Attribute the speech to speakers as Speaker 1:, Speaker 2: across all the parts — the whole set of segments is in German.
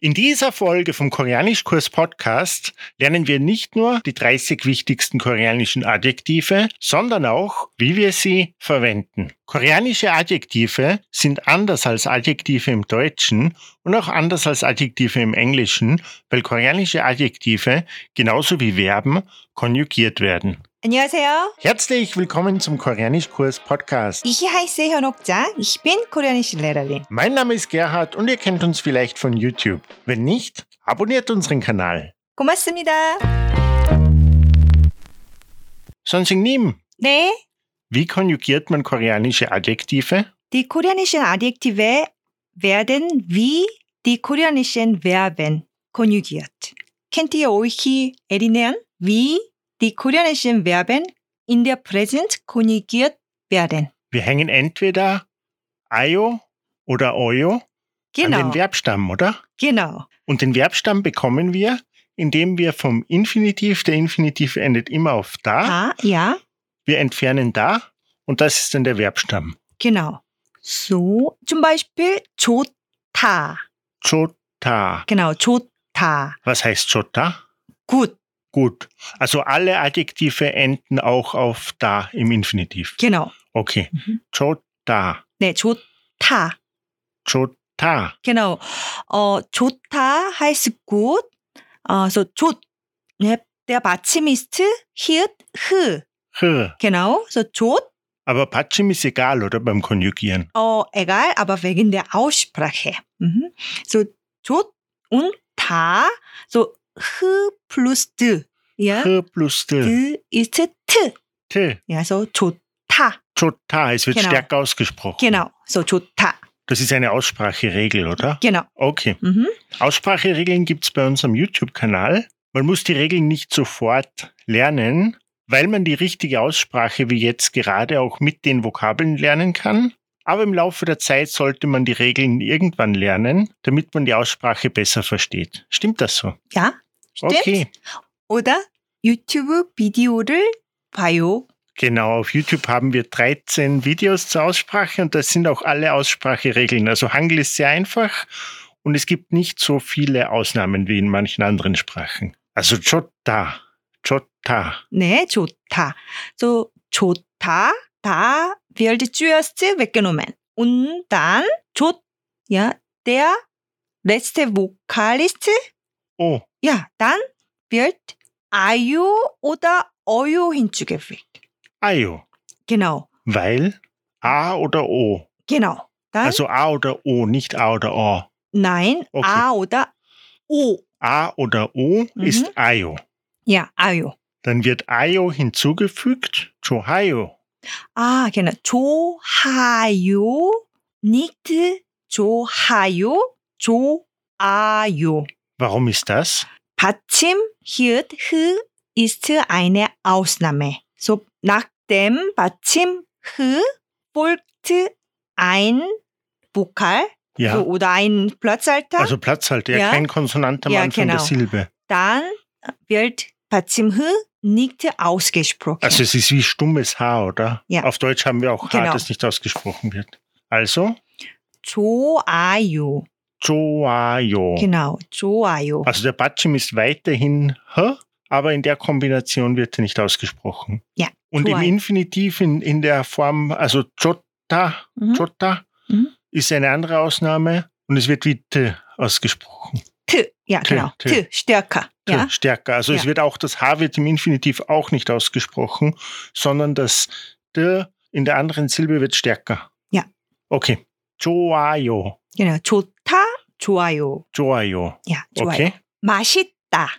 Speaker 1: In dieser Folge vom Koreanischkurs Podcast lernen wir nicht nur die 30 wichtigsten koreanischen Adjektive, sondern auch, wie wir sie verwenden. Koreanische Adjektive sind anders als Adjektive im Deutschen und auch anders als Adjektive im Englischen, weil koreanische Adjektive genauso wie Verben konjugiert werden.
Speaker 2: 안녕하세요.
Speaker 1: Herzlich willkommen zum Koreanischkurs Podcast.
Speaker 2: Ich heiße 현옥자. Ich bin koreanische Lehrerin.
Speaker 1: Mein Name ist Gerhard und ihr kennt uns vielleicht von YouTube. Wenn nicht, abonniert unseren Kanal.
Speaker 2: 고맙습니다.
Speaker 1: Sonsing Nim,
Speaker 2: 네.
Speaker 1: wie konjugiert man koreanische Adjektive?
Speaker 2: Die koreanischen Adjektive werden wie die koreanischen Verben konjugiert. Könnt ihr euch erinnern, wie die koreanischen Verben in der Präsent konjugiert werden?
Speaker 1: Wir hängen entweder ayo oder oyo an
Speaker 2: Genau.
Speaker 1: den Verbstamm, oder?
Speaker 2: Genau.
Speaker 1: Und den Verbstamm bekommen wir, indem wir vom Infinitiv, der Infinitiv endet immer auf da,
Speaker 2: Ah, ja.
Speaker 1: wir entfernen da und das ist dann der Verbstamm.
Speaker 2: Genau. So, zum Beispiel 좋다.
Speaker 1: Chota.
Speaker 2: Genau, 좋다.
Speaker 1: Was heißt Chota?
Speaker 2: Gut.
Speaker 1: Gut. Also alle Adjektive enden auch auf da im Infinitiv.
Speaker 2: Genau.
Speaker 1: Okay.
Speaker 2: Mhm.
Speaker 1: Chota.
Speaker 2: 네, 좋다.
Speaker 1: Chota.
Speaker 2: Genau. 어, 좋다 heißt gut. 어, so 좋. 네, Ne, der Batsim ist hier, h.
Speaker 1: H.
Speaker 2: Genau. So 좋.
Speaker 1: Aber Patschim ist egal, oder beim Konjugieren?
Speaker 2: 어, egal, aber wegen der Aussprache. Mhm. So 좋 und 다. So h plus d. Ja.
Speaker 1: H plus T.
Speaker 2: d ist t.
Speaker 1: T.
Speaker 2: Ja, so 좋다.
Speaker 1: Chota. Es wird
Speaker 2: Genau.
Speaker 1: stärker ausgesprochen.
Speaker 2: Genau. So 좋다.
Speaker 1: Das ist eine Ausspracheregel, oder?
Speaker 2: Genau.
Speaker 1: Okay.
Speaker 2: Mhm.
Speaker 1: Ausspracheregeln gibt's bei uns am YouTube-Kanal. Man muss die Regeln nicht sofort lernen, weil man die richtige Aussprache wie jetzt gerade auch mit den Vokabeln lernen kann. Aber im Laufe der Zeit sollte man die Regeln irgendwann lernen, damit man die Aussprache besser versteht. Stimmt das so?
Speaker 2: Ja. Stimmt.
Speaker 1: Okay.
Speaker 2: Oder 유튜브 비디오를 봐요.
Speaker 1: Genau, auf YouTube haben wir 13 Videos zur Aussprache und das sind auch alle Ausspracheregeln. Also Hangul ist sehr einfach und es gibt nicht so viele Ausnahmen wie in manchen anderen Sprachen. Also Chota, Chota,
Speaker 2: 네, 좋다. So, 좋다, 다 wird zuerst weggenommen. Und dann, 좋, ja, der letzte Vokal ist,
Speaker 1: Oh,
Speaker 2: ja, dann wird ayu oder oyu hinzugefügt.
Speaker 1: Ayo.
Speaker 2: Genau,
Speaker 1: Weil A oder O.
Speaker 2: genau. Dann,
Speaker 1: Also A oder O, nicht A oder O.
Speaker 2: nein,
Speaker 1: Okay.
Speaker 2: a oder o.
Speaker 1: A oder O
Speaker 2: Mhm.
Speaker 1: ist Ayo.
Speaker 2: Ja, ayu.
Speaker 1: Dann wird Ayo hinzugefügt, Johayo.
Speaker 2: 아, genau. 좋아요, nicht 좋아요, 좋아요.
Speaker 1: Warum ist das?
Speaker 2: 받침 hielt h ist eine Ausnahme. So nach dem 받침 h folgt ein Vokal
Speaker 1: Ja.
Speaker 2: so, oder ein Platzhalter.
Speaker 1: Also Platzhalter, ja,
Speaker 2: Ja.
Speaker 1: kein Konsonant am
Speaker 2: Ja,
Speaker 1: Anfang der
Speaker 2: genau.
Speaker 1: Silbe.
Speaker 2: Dann wird 받침 h nicht ausgesprochen.
Speaker 1: Also es ist wie stummes H, oder?
Speaker 2: Ja.
Speaker 1: Auf Deutsch haben wir auch H,
Speaker 2: Genau.
Speaker 1: das nicht ausgesprochen wird. Also,
Speaker 2: 좋아요.
Speaker 1: Joayo.
Speaker 2: Genau, 좋아요.
Speaker 1: Also der Batschim ist weiterhin H, aber in der Kombination wird er nicht ausgesprochen.
Speaker 2: Ja,
Speaker 1: Und im
Speaker 2: Joayo.
Speaker 1: Infinitiv
Speaker 2: Infinitiv
Speaker 1: in, in der Form, also Jota,
Speaker 2: Mhm.
Speaker 1: Jota
Speaker 2: Mhm.
Speaker 1: ist eine andere Ausnahme und es wird wie T ausgesprochen.
Speaker 2: T, ja
Speaker 1: T,
Speaker 2: genau.
Speaker 1: T.
Speaker 2: T, stärker.
Speaker 1: T
Speaker 2: Ja.
Speaker 1: stärker. Also es
Speaker 2: Ja.
Speaker 1: wird auch das H wird im Infinitiv auch nicht ausgesprochen, sondern das T in der anderen Silbe wird stärker.
Speaker 2: Ja.
Speaker 1: Okay. Joayo.
Speaker 2: genau. 좋다, 좋아요.
Speaker 1: Joayo.
Speaker 2: Ja, 좋아요.
Speaker 1: Okay.
Speaker 2: 맛있다.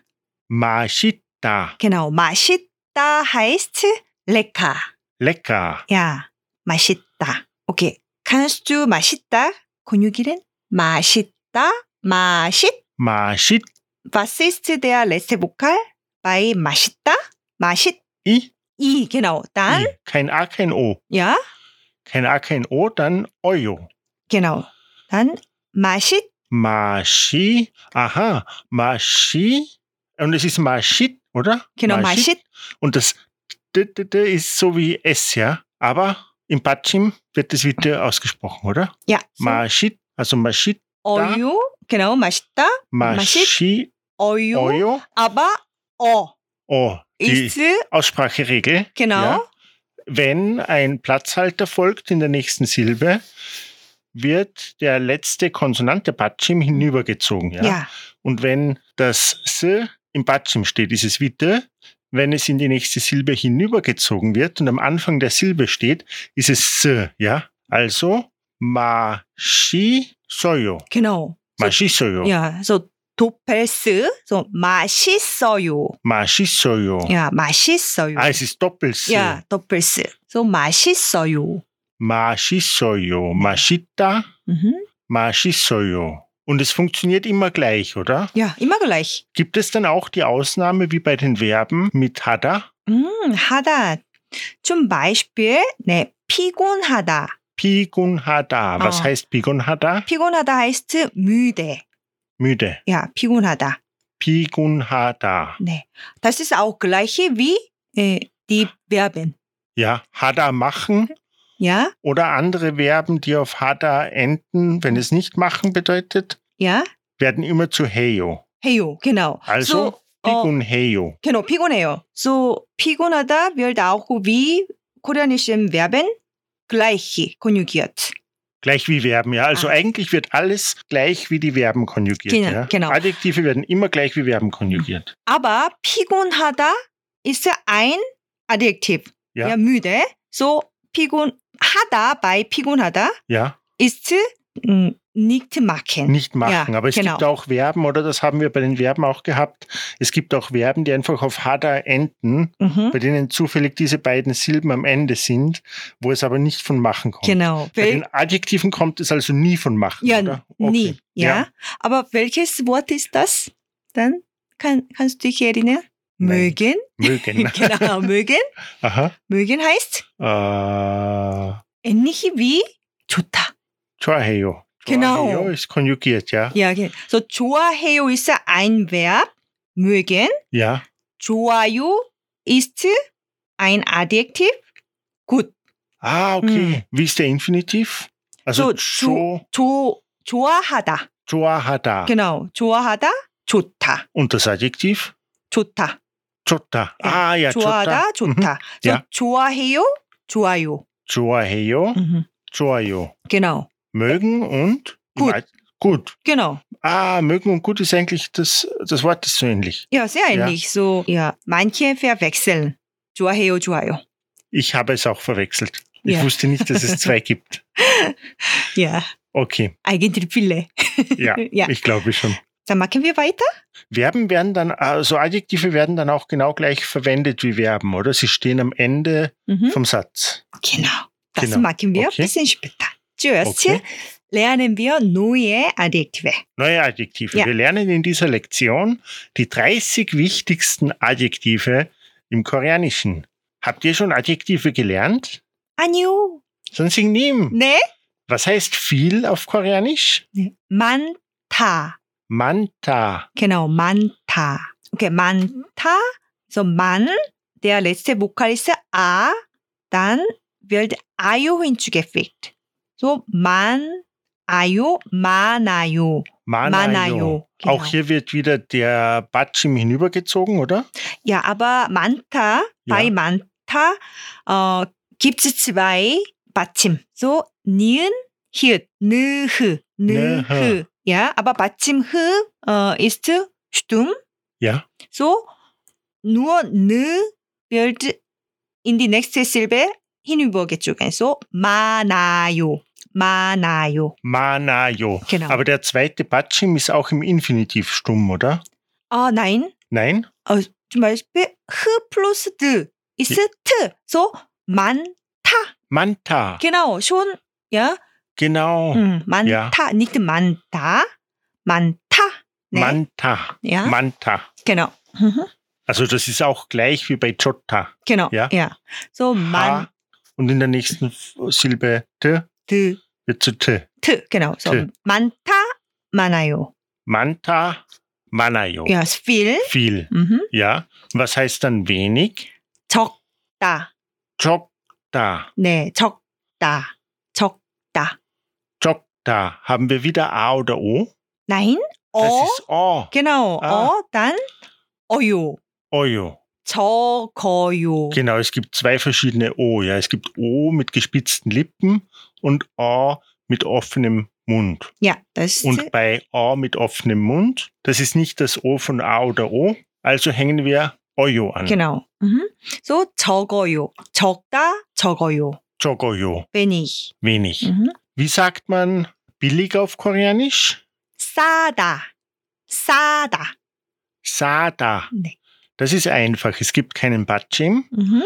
Speaker 1: Mashita.
Speaker 2: Genau, 맛있다 heißt lecker.
Speaker 1: Lecker.
Speaker 2: Ja, 맛있다. Okay, kannst du 맛있다 konjugieren? 맛있다, 맛있.
Speaker 1: Mashit.
Speaker 2: Was ist der letzte Vokal bei 맛있다? 맛있.
Speaker 1: I,
Speaker 2: I, genau. Dann,
Speaker 1: I. Kein A, kein O.
Speaker 2: ja,
Speaker 1: Kein A, kein O, dann Oyo.
Speaker 2: genau. Dann 맛있.
Speaker 1: Mashi. Aha. Mashi. Und es ist Mashit, oder?
Speaker 2: Genau, 맛있.
Speaker 1: Und das D, D, D ist so wie S, ja. Aber im Batschim wird das wieder ausgesprochen, oder?
Speaker 2: Ja, so.
Speaker 1: Mashit. Also Mashit.
Speaker 2: Oyo, genau, 맛있다.
Speaker 1: Mashi,
Speaker 2: Oyo,
Speaker 1: Oyo,
Speaker 2: aber O
Speaker 1: O. Die
Speaker 2: ist,
Speaker 1: Ausspracheregel.
Speaker 2: genau,
Speaker 1: Ja. Wenn ein Platzhalter folgt in der nächsten Silbe, wird der letzte Konsonant, der Batschim, hinübergezogen. Ja?
Speaker 2: ja.
Speaker 1: Und wenn das S im Batschim steht, ist es Witte. Wenn es in die nächste Silbe hinübergezogen wird und am Anfang der Silbe steht, ist es S. Ja? Also Mashi Soyo.
Speaker 2: genau.
Speaker 1: Mashi Soyo.
Speaker 2: Ja, so 도펠스, so 맛있어요. 아,
Speaker 1: Mashi Soyo.
Speaker 2: 야, 맛있어요.
Speaker 1: Ah, es ist Doppel-S.
Speaker 2: 야, 더플스. So 맛있어요.
Speaker 1: Mashi Soyo. Mashita.
Speaker 2: Mhm.
Speaker 1: Mashi-Soyo. Und es funktioniert immer gleich, oder?
Speaker 2: Ja, immer gleich.
Speaker 1: Gibt es dann auch die Ausnahme wie bei den Verben mit hada?
Speaker 2: 음, 하다. 좀 beispiel. 네, 피곤하다.
Speaker 1: Pigun hada. Was
Speaker 2: Ah.
Speaker 1: heißt Pigun hada?
Speaker 2: 피곤하다 heißt müde.
Speaker 1: Müde.
Speaker 2: 야, 피곤하다.
Speaker 1: Pigun hada.
Speaker 2: 네. Das ist auch gleich wie äh, die Verben.
Speaker 1: Ja, hada machen
Speaker 2: Ja,
Speaker 1: oder andere Verben, die auf hada enden, wenn es nicht machen bedeutet,
Speaker 2: ja.
Speaker 1: werden immer zu heyo.
Speaker 2: 해요. Genau.
Speaker 1: Also
Speaker 2: so, 어,
Speaker 1: Pigun heyo.
Speaker 2: genau, 피곤해요. So 피곤하다 wird auch wie koreanischen Verben gleich konjugiert.
Speaker 1: Gleich wie Verben, ja. Also
Speaker 2: Ah.
Speaker 1: eigentlich wird alles gleich wie die Verben konjugiert.
Speaker 2: Genau,
Speaker 1: ja.
Speaker 2: genau.
Speaker 1: Adjektive werden immer gleich wie Verben konjugiert.
Speaker 2: Aber 피곤하다 ist ein Adjektiv.
Speaker 1: Ja.
Speaker 2: müde. So 피곤하다 bei 피곤하다
Speaker 1: Ja.
Speaker 2: ist mm, nicht machen.
Speaker 1: nicht machen.
Speaker 2: Ja,
Speaker 1: aber es
Speaker 2: genau.
Speaker 1: gibt auch Verben, oder das haben wir bei den Verben auch gehabt. Es gibt auch Verben, die einfach auf hada enden,
Speaker 2: Mhm.
Speaker 1: bei denen zufällig diese beiden Silben am Ende sind, wo es aber nicht von machen kommt.
Speaker 2: Genau.
Speaker 1: Bei den Adjektiven kommt es also nie von machen,
Speaker 2: ja,
Speaker 1: oder?
Speaker 2: nie. Ja.
Speaker 1: Ja.
Speaker 2: Aber welches Wort ist das? Dann kann, kannst du dich erinnern?
Speaker 1: Nein.
Speaker 2: Mögen.
Speaker 1: Mögen.
Speaker 2: genau, mögen.
Speaker 1: Aha.
Speaker 2: mögen heißt
Speaker 1: Äh,
Speaker 2: ähnlich wie 좋다.
Speaker 1: 좋아해요.
Speaker 2: Genau.
Speaker 1: 좋아해요 ist konjugiert, ja.
Speaker 2: Ja, ge- so 좋아해요 ist ein Verb. mögen.
Speaker 1: Ja.
Speaker 2: 좋아요 ist ein Adjektiv. Gut.
Speaker 1: Ah, okay. Wie ist der Infinitiv? Also,
Speaker 2: Hm. So,
Speaker 1: jo,
Speaker 2: 조, 좋아하다.
Speaker 1: 좋아하다.
Speaker 2: Genau. 좋아하다. 좋다.
Speaker 1: Und das Adjektiv?
Speaker 2: 좋다.
Speaker 1: 좋다.
Speaker 2: Ja.
Speaker 1: Ah, ja,
Speaker 2: 좋아하다.
Speaker 1: Mhm.
Speaker 2: 좋다. So,
Speaker 1: Ja.
Speaker 2: 좋아해요. 좋아요.
Speaker 1: 좋아해요.
Speaker 2: Mhm.
Speaker 1: 좋아요.
Speaker 2: Genau.
Speaker 1: Mögen und
Speaker 2: Gut.
Speaker 1: Weit- Gut.
Speaker 2: Genau.
Speaker 1: Ah, mögen und gut ist eigentlich das, das Wort ist so ähnlich.
Speaker 2: Ja, sehr
Speaker 1: Ja.
Speaker 2: ähnlich. So, ja. Manche verwechseln. 좋아해요. 좋아요.
Speaker 1: Ich habe es auch verwechselt. Ich
Speaker 2: Ja.
Speaker 1: wusste nicht, dass es zwei gibt.
Speaker 2: Ja.
Speaker 1: Okay,
Speaker 2: Eigentlich viele.
Speaker 1: ja,
Speaker 2: Ja.
Speaker 1: ich glaube schon.
Speaker 2: Dann machen wir weiter.
Speaker 1: Verben werden dann, also Adjektive werden dann auch genau gleich verwendet wie Verben, oder? Sie stehen am Ende
Speaker 2: Mhm.
Speaker 1: vom Satz.
Speaker 2: Genau. Das
Speaker 1: Genau.
Speaker 2: machen wir
Speaker 1: Okay.
Speaker 2: ein bisschen später. Zuerst
Speaker 1: Okay.
Speaker 2: lernen wir neue Adjektive.
Speaker 1: Neue Adjektive.
Speaker 2: Ja.
Speaker 1: Wir lernen in dieser Lektion die 30 wichtigsten Adjektive im Koreanischen. Habt ihr schon Adjektive gelernt?
Speaker 2: 아니요.
Speaker 1: Sonst sing nimm.
Speaker 2: 네.
Speaker 1: Was heißt viel auf Koreanisch?
Speaker 2: 많다.
Speaker 1: Manta.
Speaker 2: Genau, 많다. Okay, 많다. So, 만, der letzte Vokal ist A, dann wird 아, 아요 hinzugefügt. So, 만, 아요, 많아요.
Speaker 1: Manayo.
Speaker 2: Manayo, genau.
Speaker 1: Auch hier wird wieder der Batschim hinübergezogen, oder?
Speaker 2: Ja, aber
Speaker 1: Ja.
Speaker 2: 많다, bei 많다, 어, gibt es zwei 받침. So, 니은, 히읗, 느흐, 느흐.
Speaker 1: 느흐.
Speaker 2: Ja, aber 받침 흐 어, ist stumm.
Speaker 1: Ja.
Speaker 2: So, nur ne wird in die nächste Silbe hinübergezogen. So, 많아요, 많아요.
Speaker 1: Manayo.
Speaker 2: Genau.
Speaker 1: Aber der zweite Batschim ist auch im Infinitiv stumm, oder?
Speaker 2: 어, nein.
Speaker 1: Nein?
Speaker 2: Zum Beispiel, 흐 plus 드 ist
Speaker 1: Ja.
Speaker 2: t. So, 많,
Speaker 1: Manta.
Speaker 2: genau, schon, ja,
Speaker 1: genau.
Speaker 2: 음, 많다,
Speaker 1: Ja.
Speaker 2: nicht 많다, 많다. 네,
Speaker 1: Manta.
Speaker 2: ja,
Speaker 1: Manta.
Speaker 2: genau. Mhm.
Speaker 1: Also das ist auch gleich wie bei Jota.
Speaker 2: genau,
Speaker 1: Ja.
Speaker 2: ja. So,
Speaker 1: Ha. Und in der nächsten Silbe T
Speaker 2: 많드,
Speaker 1: wird zu T.
Speaker 2: t, genau. So,
Speaker 1: 드.
Speaker 2: 많다, 많아요.
Speaker 1: Manta. Manayo.
Speaker 2: Ja, ist viel.
Speaker 1: Viel.
Speaker 2: Mhm.
Speaker 1: Ja. Was heißt dann wenig?
Speaker 2: 적다.
Speaker 1: Jokta.
Speaker 2: 네, 적다. 적다.
Speaker 1: 적다. Da haben wir wieder A oder O.
Speaker 2: Nein,
Speaker 1: Das
Speaker 2: 어,
Speaker 1: ist O.
Speaker 2: genau,
Speaker 1: Ah.
Speaker 2: 어, dann 어요,
Speaker 1: Ojo.
Speaker 2: 저거요.
Speaker 1: Genau, es gibt zwei verschiedene O. Ja, es gibt O mit gespitzten Lippen und O mit offenem Mund.
Speaker 2: Ja, das
Speaker 1: Und bei O mit offenem Mund, das ist nicht das O von A oder O, also hängen wir Ojo an.
Speaker 2: genau. Mhm. So 적어요, 적다, 적어요,
Speaker 1: Jogoyo,
Speaker 2: wenig.
Speaker 1: wenig.
Speaker 2: Mhm.
Speaker 1: Wie sagt man billig auf Koreanisch?
Speaker 2: 싸다, 싸다.
Speaker 1: Sada.
Speaker 2: 네.
Speaker 1: Das ist einfach. Es gibt keinen Batschim.
Speaker 2: Mhm.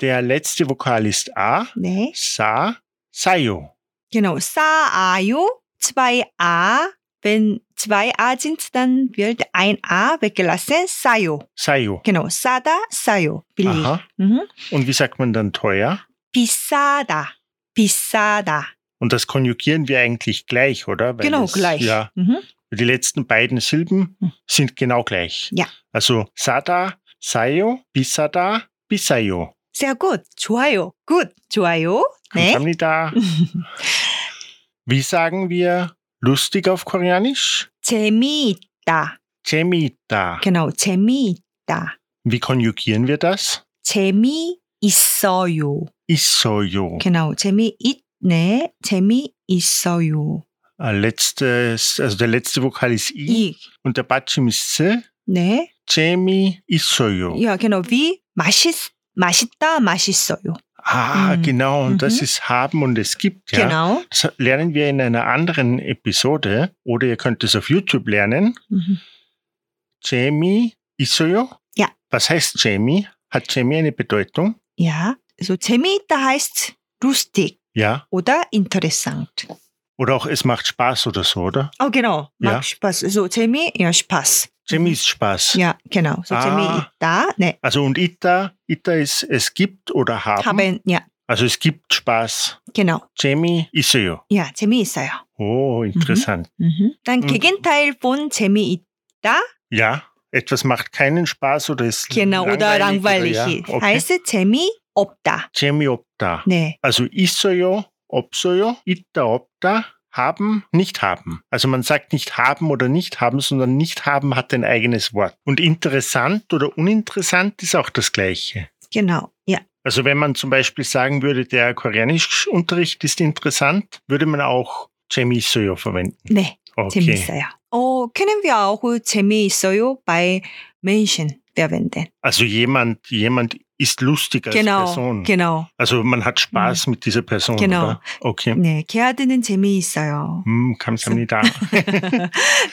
Speaker 1: Der letzte Vokal ist A.
Speaker 2: 네,
Speaker 1: Sa. Sayo.
Speaker 2: genau. 싸아요, 아, zwei a. Wenn zwei a sind, dann wird ein a weggelassen. 싸요,
Speaker 1: Sayo.
Speaker 2: genau. 싸다, 싸요, billig.
Speaker 1: Aha.
Speaker 2: Mhm.
Speaker 1: Und wie sagt man dann teuer?
Speaker 2: 비싸다, 비싸다.
Speaker 1: Und das konjugieren wir eigentlich gleich, oder? Weil
Speaker 2: genau
Speaker 1: es-
Speaker 2: gleich.
Speaker 1: Ja,
Speaker 2: Mhm.
Speaker 1: die letzten beiden Silben
Speaker 2: Hm.
Speaker 1: sind genau gleich.
Speaker 2: Ja.
Speaker 1: Also Sada, Sayo, Bisada, Bisayo.
Speaker 2: Sehr gut. 좋아요. Gut. 좋아요. 네.
Speaker 1: Kamsamnida. Wie sagen wir lustig auf Koreanisch?
Speaker 2: 재미있다.
Speaker 1: Chemita.
Speaker 2: Genau. 재미있다.
Speaker 1: Wie konjugieren wir das?
Speaker 2: 재미있어요.
Speaker 1: Isoyo.
Speaker 2: Genau. 재미있네. 재미있어요.
Speaker 1: Äh, Letztes, also der letzte Vokal ist I
Speaker 2: 이.
Speaker 1: und der Batschim ist Se.
Speaker 2: 네.
Speaker 1: Jamie Isoyo.
Speaker 2: 야, genau. 위 맛있 맛있다. 맛있어요.
Speaker 1: Ah,
Speaker 2: Mhm.
Speaker 1: genau. Und das
Speaker 2: Mhm.
Speaker 1: ist haben und es gibt. Ja.
Speaker 2: Genau.
Speaker 1: Das lernen wir in einer anderen Episode oder ihr könnt es auf YouTube lernen.
Speaker 2: Mhm.
Speaker 1: Jamie Isoyo.
Speaker 2: Ja.
Speaker 1: Was heißt Jamie? Hat Jamie eine Bedeutung?
Speaker 2: Ja. So 재미있다 heißt lustig
Speaker 1: Ja.
Speaker 2: oder interessant.
Speaker 1: Oder auch es macht Spaß oder so, oder?
Speaker 2: Oh, genau. Macht
Speaker 1: Ja.
Speaker 2: Spaß. So 재미, ja, Spaß.
Speaker 1: Jamie ist Spaß.
Speaker 2: Mhm. Ja, genau. So
Speaker 1: Ah.
Speaker 2: 재미있다. 네.
Speaker 1: Also und Ita, Ita ist es gibt oder haben.
Speaker 2: haben, ja,
Speaker 1: Also es gibt Spaß.
Speaker 2: genau.
Speaker 1: Jamie Isoyo.
Speaker 2: Ja, 재미있어요.
Speaker 1: Oh, interessant.
Speaker 2: Dann
Speaker 1: Mhm.
Speaker 2: Gegenteil von 재미있다,
Speaker 1: Ja, etwas macht keinen Spaß oder ist
Speaker 2: Mhm. genau, oder langweilig.
Speaker 1: Oder, ja. okay.
Speaker 2: Heißt 재미없다.
Speaker 1: 재미없다.
Speaker 2: 네,
Speaker 1: Also 있어요, 없어요, 있다, 없다, haben, nicht haben. Also man sagt nicht haben oder nicht haben, sondern nicht haben hat ein eigenes Wort. Und interessant oder uninteressant ist auch das Gleiche.
Speaker 2: genau. Ja,
Speaker 1: Also wenn man zum Beispiel sagen würde, der Koreanischunterricht ist interessant, würde man auch 재미있어요 verwenden.
Speaker 2: 네,
Speaker 1: Okay.
Speaker 2: 재미있어요. 어, können wir auch 재미있어요 bei Menschen verwenden.
Speaker 1: Also jemand, jemand ist lustig als
Speaker 2: genau,
Speaker 1: Person.
Speaker 2: genau,
Speaker 1: Also man hat Spaß mit dieser Person,
Speaker 2: Genau.
Speaker 1: oder? Okay.
Speaker 2: 네, 걔아들은 재미있어요.
Speaker 1: Hm,
Speaker 2: Also
Speaker 1: 감사합니다.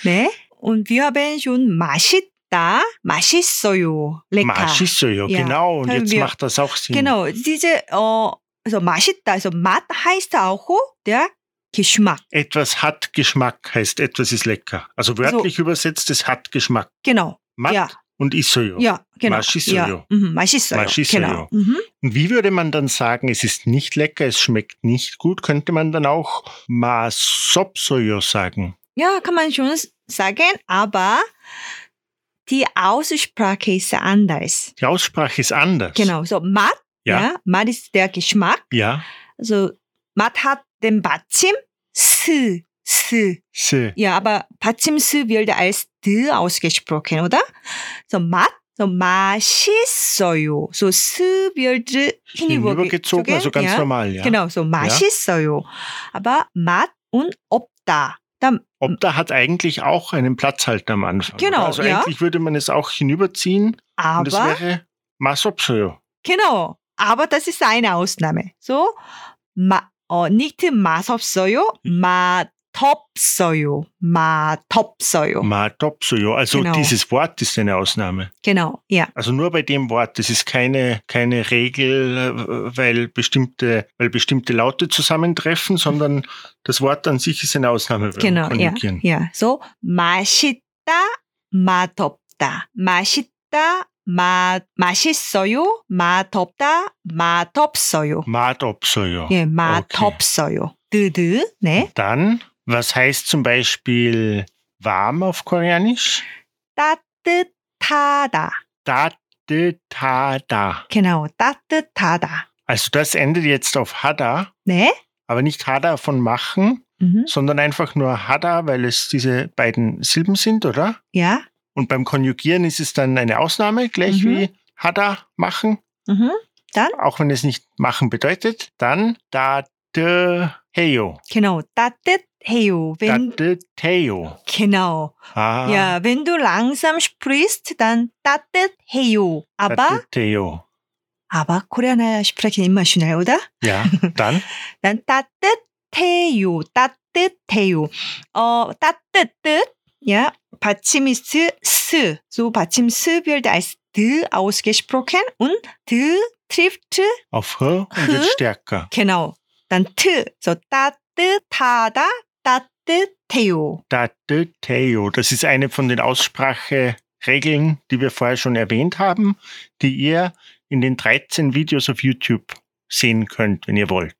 Speaker 2: 네, und wir haben schon 맛있다, 맛있어요, lecker.
Speaker 1: Maschissoyo,
Speaker 2: Ja.
Speaker 1: genau. Und
Speaker 2: Haben
Speaker 1: jetzt
Speaker 2: wir-
Speaker 1: macht das auch Sinn.
Speaker 2: Genau, diese, äh, also 맛있다, also 맛 heißt auch der Geschmack.
Speaker 1: Etwas hat Geschmack heißt, etwas ist lecker. Also wörtlich übersetzt, es hat Geschmack.
Speaker 2: Genau,
Speaker 1: Matt
Speaker 2: ja,
Speaker 1: und Issoyo.
Speaker 2: ja, genau.
Speaker 1: 맛있어요.
Speaker 2: Ja, mhm, 맛있어요.
Speaker 1: 맛있어요.
Speaker 2: Genau. Mhm.
Speaker 1: Und wie würde man dann sagen, es ist nicht lecker, es schmeckt nicht gut? Könnte man dann auch Masopsoyo sagen?
Speaker 2: Ja, kann man schon sagen, aber die Aussprache ist anders.
Speaker 1: Die Aussprache ist anders.
Speaker 2: Genau, so 맛, ja,
Speaker 1: Ja,
Speaker 2: 맛 ist der Geschmack.
Speaker 1: ja.
Speaker 2: Also 맛 hat den 받침, 스, 스.
Speaker 1: Se.
Speaker 2: Ja, aber 받침 스 wird als d ausgesprochen, oder? So 맛, so 맛있어요. So 스 wird
Speaker 1: Hinübergezogen,
Speaker 2: hinübergezogen.
Speaker 1: also ganz
Speaker 2: ja.
Speaker 1: normal, ja.
Speaker 2: Genau, so 맛있어요. Aber 맛 und 없다. Dann,
Speaker 1: Obda hat eigentlich auch einen Platzhalter am Anfang.
Speaker 2: Genau,
Speaker 1: oder? Also
Speaker 2: ja.
Speaker 1: eigentlich würde man es auch hinüberziehen und es
Speaker 2: aber,
Speaker 1: wäre Masopsoyo.
Speaker 2: genau, aber das ist eine Ausnahme. So, 마, 어, nicht 맛없어요, 맛없어요, 맛없어요.
Speaker 1: 음. Matopsoyo. Also
Speaker 2: Genau.
Speaker 1: dieses Wort ist eine Ausnahme.
Speaker 2: genau, ja,
Speaker 1: Also nur bei dem Wort. Das ist keine, keine Regel, äh, weil bestimmte, weil bestimmte Laute zusammentreffen, sondern das Wort an sich ist eine Ausnahme. beim
Speaker 2: genau, ja,
Speaker 1: Konjugieren.
Speaker 2: ja. 예, So, 맛있다, 맛없다, 맛있다, 맛, 맛있어요, 맛없다, 맛없어요.
Speaker 1: Matopsoyo.
Speaker 2: 예, 맛없어요. 드드, 네.
Speaker 1: Dann, was heißt zum Beispiel warm auf Koreanisch?
Speaker 2: 따뜻하다.
Speaker 1: Date tada.
Speaker 2: Genau, 따뜻하다.
Speaker 1: Also das endet jetzt auf hada,
Speaker 2: 네,
Speaker 1: aber nicht hada von machen,
Speaker 2: Mhm.
Speaker 1: sondern einfach nur hada, weil es diese beiden Silben sind, oder?
Speaker 2: Ja.
Speaker 1: Und beim Konjugieren ist es dann eine Ausnahme, gleich
Speaker 2: Mhm.
Speaker 1: wie hada machen,
Speaker 2: Mhm.
Speaker 1: auch wenn es nicht machen bedeutet. Dann da de heyo.
Speaker 2: Genau. 따뜻해요. 아.
Speaker 1: Da
Speaker 2: Wenn,
Speaker 1: de teyo.
Speaker 2: genau.
Speaker 1: Ah,
Speaker 2: Ja, wenn du langsam sprichst, dann 따뜻해요.
Speaker 1: da
Speaker 2: Aber,
Speaker 1: de teyo.
Speaker 2: aber Koreaner sprechen immer schnell, oder?
Speaker 1: Ja, dann
Speaker 2: 난 따뜻해요. 따뜻해요. 어, 따뜻, 뜻. Ja, 받침이 스, 스. So, 받침 스 wird als d ausgesprochen und d trifft,
Speaker 1: auf h und wird
Speaker 2: H.
Speaker 1: stärker.
Speaker 2: genau, dann t. So, 따뜻하다, 따뜻해요.
Speaker 1: Da de teyo. Das ist eine von den Ausspracheregeln, die wir vorher schon erwähnt haben, die ihr in den 13 Videos auf YouTube sehen könnt, wenn ihr wollt.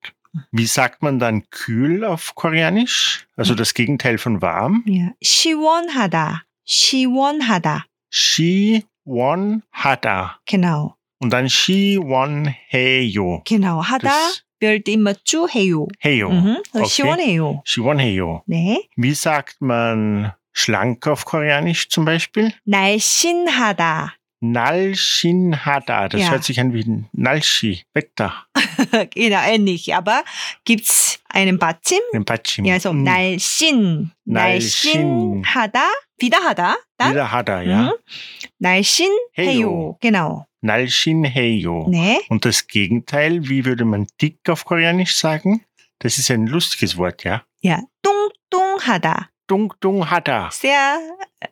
Speaker 1: Wie sagt man dann kühl auf Koreanisch? Also das Gegenteil von warm.
Speaker 2: Ja, 시원하다, 시원하다.
Speaker 1: She won hada.
Speaker 2: Genau,
Speaker 1: Und dann she won heyo.
Speaker 2: genau, 하다
Speaker 1: Das-
Speaker 2: wird immer 주 해요.
Speaker 1: Heyo.
Speaker 2: Mhm, so
Speaker 1: Okay.
Speaker 2: 시원해요.
Speaker 1: She won heyo.
Speaker 2: 네,
Speaker 1: Wie sagt man schlank auf Koreanisch zum Beispiel?
Speaker 2: 날씬하다.
Speaker 1: Nalshin hada. Das
Speaker 2: Ja.
Speaker 1: hört sich an wie Nalshi, Wetter,
Speaker 2: genau, ähnlich. Aber gibt's einen 받침?
Speaker 1: ein Pachim.
Speaker 2: Ja, so
Speaker 1: Mm,
Speaker 2: 날씬,
Speaker 1: 날씬.
Speaker 2: 날씬하다, 비다하다, 난
Speaker 1: Wieder hada, ja.
Speaker 2: Mhm. 날씬해요.
Speaker 1: 해요.
Speaker 2: genau.
Speaker 1: Nalshin heyo.
Speaker 2: 네,
Speaker 1: Und das Gegenteil, wie würde man dick auf Koreanisch sagen? Das ist ein lustiges Wort, ja.
Speaker 2: ja, 뚱뚱하다,
Speaker 1: Dung dung hada.
Speaker 2: sehr,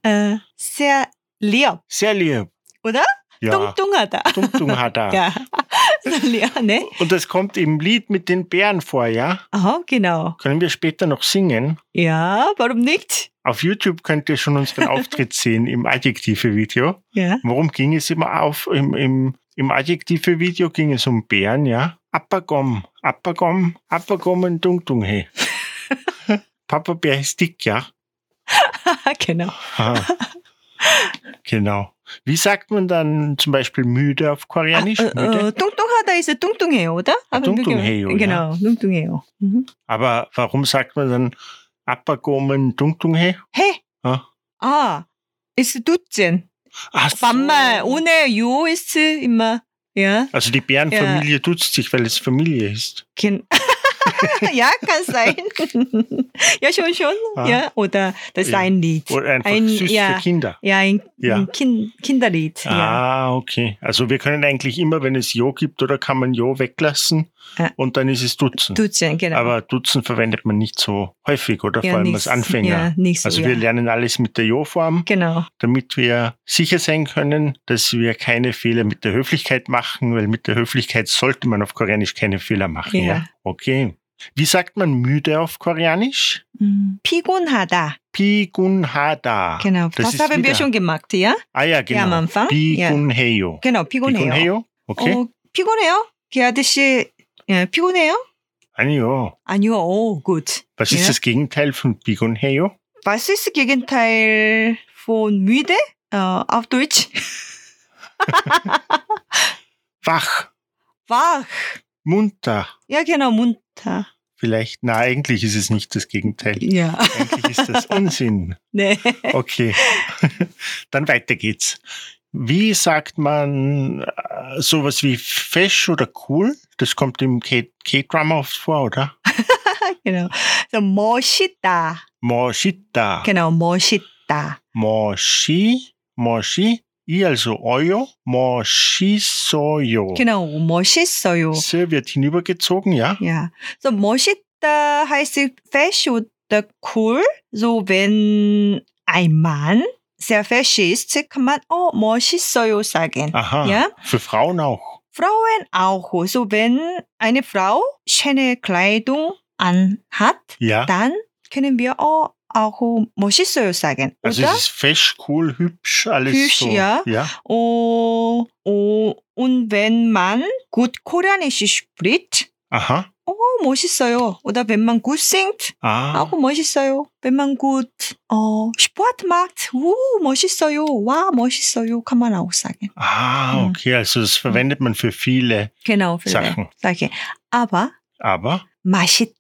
Speaker 2: äh, sehr lieb,
Speaker 1: Sehr lieb.
Speaker 2: Oder?
Speaker 1: Ja.
Speaker 2: 뚱뚱하다.
Speaker 1: Dung dung hada.
Speaker 2: Ja, lieb, ne?
Speaker 1: Und das kommt im Lied mit den Bären vor, ja?
Speaker 2: Oh, genau.
Speaker 1: Können wir später noch singen?
Speaker 2: Ja, warum nicht?
Speaker 1: Auf YouTube könnt ihr schon unseren Auftritt sehen im Adjektive-Video.
Speaker 2: Ja,
Speaker 1: Worum ging es immer auf? Im, im, im Adjektive-Video ging es um Bären, ja? Appagom, Appagom, Appagom und Dungdung, hey. Papa Bär ist dick, ja?
Speaker 2: genau.
Speaker 1: Aha. genau. Wie sagt man dann zum Beispiel müde auf Koreanisch?
Speaker 2: 아, 어,
Speaker 1: müde?
Speaker 2: 어, 뚱뚱하다 ist 뚱뚱해요, oder?
Speaker 1: 아,
Speaker 2: Aber wir-
Speaker 1: 뚱뚱해요, ja.
Speaker 2: Genau, 뚱뚱해요. Mhm.
Speaker 1: Aber warum sagt man dann Appagom, Dungdung, hey?
Speaker 2: 해.
Speaker 1: 어?
Speaker 2: 아, ist dutzend.
Speaker 1: Ach so.
Speaker 2: 반말 ohne you ist immer ja
Speaker 1: Also die Bärenfamilie duzt sich, weil es Familie ist.
Speaker 2: can ja kann sein ja schon schon
Speaker 1: Ah.
Speaker 2: ja oder das ist
Speaker 1: Ja.
Speaker 2: ein Lied
Speaker 1: Oder einfach
Speaker 2: Ein-
Speaker 1: süß
Speaker 2: ja.
Speaker 1: für Kinder.
Speaker 2: ja ein
Speaker 1: Ja.
Speaker 2: ein kind, Kinderlied ja
Speaker 1: Ah, okay. Also wir können eigentlich immer, wenn es Jo gibt, oder kann man Jo weglassen
Speaker 2: Ah.
Speaker 1: und dann ist es Dutzend.
Speaker 2: Dutzend genau
Speaker 1: Aber Dutzend verwendet man nicht so häufig, oder?
Speaker 2: ja,
Speaker 1: Vor allem
Speaker 2: nichts-
Speaker 1: als Anfänger.
Speaker 2: ja, nicht so,
Speaker 1: Also
Speaker 2: ja.
Speaker 1: wir lernen alles mit der Jo-Form,
Speaker 2: genau
Speaker 1: damit wir sicher sein können, dass wir keine Fehler mit der Höflichkeit machen, weil mit der Höflichkeit sollte man auf Koreanisch keine Fehler machen.
Speaker 2: Ja.
Speaker 1: Ja. Okay. Wie sagt man müde auf Koreanisch?
Speaker 2: 음, 피곤하다
Speaker 1: Pigunhada.
Speaker 2: genau
Speaker 1: das
Speaker 2: das,
Speaker 1: ist
Speaker 2: haben wir
Speaker 1: wieder-
Speaker 2: schon gemacht ja
Speaker 1: Ah ja,
Speaker 2: ja am
Speaker 1: genau.
Speaker 2: Anfang ja
Speaker 1: Pigunheyo.
Speaker 2: genau 피곤해요
Speaker 1: Pigunheyo? Okay.
Speaker 2: 어, 피곤해요 그 아저씨 예, 피곤해요
Speaker 1: Anjo.
Speaker 2: 아니요 오 gut
Speaker 1: Was ist
Speaker 2: Ja.
Speaker 1: das Gegenteil von Pigunheyo?
Speaker 2: Was ist das Gegenteil von müde äh, auf Deutsch?
Speaker 1: Wach,
Speaker 2: Wach.
Speaker 1: munter.
Speaker 2: Ja, genau, munter.
Speaker 1: Vielleicht, na, eigentlich ist es nicht das Gegenteil.
Speaker 2: Ja.
Speaker 1: Eigentlich ist das Unsinn.
Speaker 2: Nee.
Speaker 1: Okay. Dann weiter geht's. Wie sagt man äh, sowas wie fesch oder cool? Das kommt im K- K-Drama oft vor, oder?
Speaker 2: genau. So, 멋있다.
Speaker 1: Moshita.
Speaker 2: Genau, 멋있다.
Speaker 1: Moshi, Moshi, i also oyo, Moshi soyo.
Speaker 2: Genau, 멋있어요.
Speaker 1: Se wird hinübergezogen, ja?
Speaker 2: Ja. So, 멋있다 heißt fesch oder cool. So, wenn ein Mann sehr fesch ist, kann man, oh, 멋있어요 sagen.
Speaker 1: Aha.
Speaker 2: Ja.
Speaker 1: Für Frauen auch.
Speaker 2: Frauen auch. So, wenn eine Frau schöne Kleidung anhat,
Speaker 1: Ja.
Speaker 2: dann können wir auch, auch 어, 아, 멋있어요 그러니까 sagen.
Speaker 1: also
Speaker 2: oder?
Speaker 1: es ist fesch, cool, hübsch, alles
Speaker 2: Hübsch,
Speaker 1: so.
Speaker 2: ja. Oh, oh, und wenn man gut Koreanisch spricht,
Speaker 1: Aha.
Speaker 2: oh, 멋있어요. Oder wenn man gut singt,
Speaker 1: Ah.
Speaker 2: auch 멋있어요. Wenn man gut oh, Sport macht, uh, 멋있어요. Wow, 멋있어요. Kann man auch sagen.
Speaker 1: Ah,
Speaker 2: Mhm.
Speaker 1: okay. Also das verwendet man für viele
Speaker 2: Genau, vielleicht.
Speaker 1: Sachen.
Speaker 2: Sage. Aber
Speaker 1: Aber
Speaker 2: 맛있다,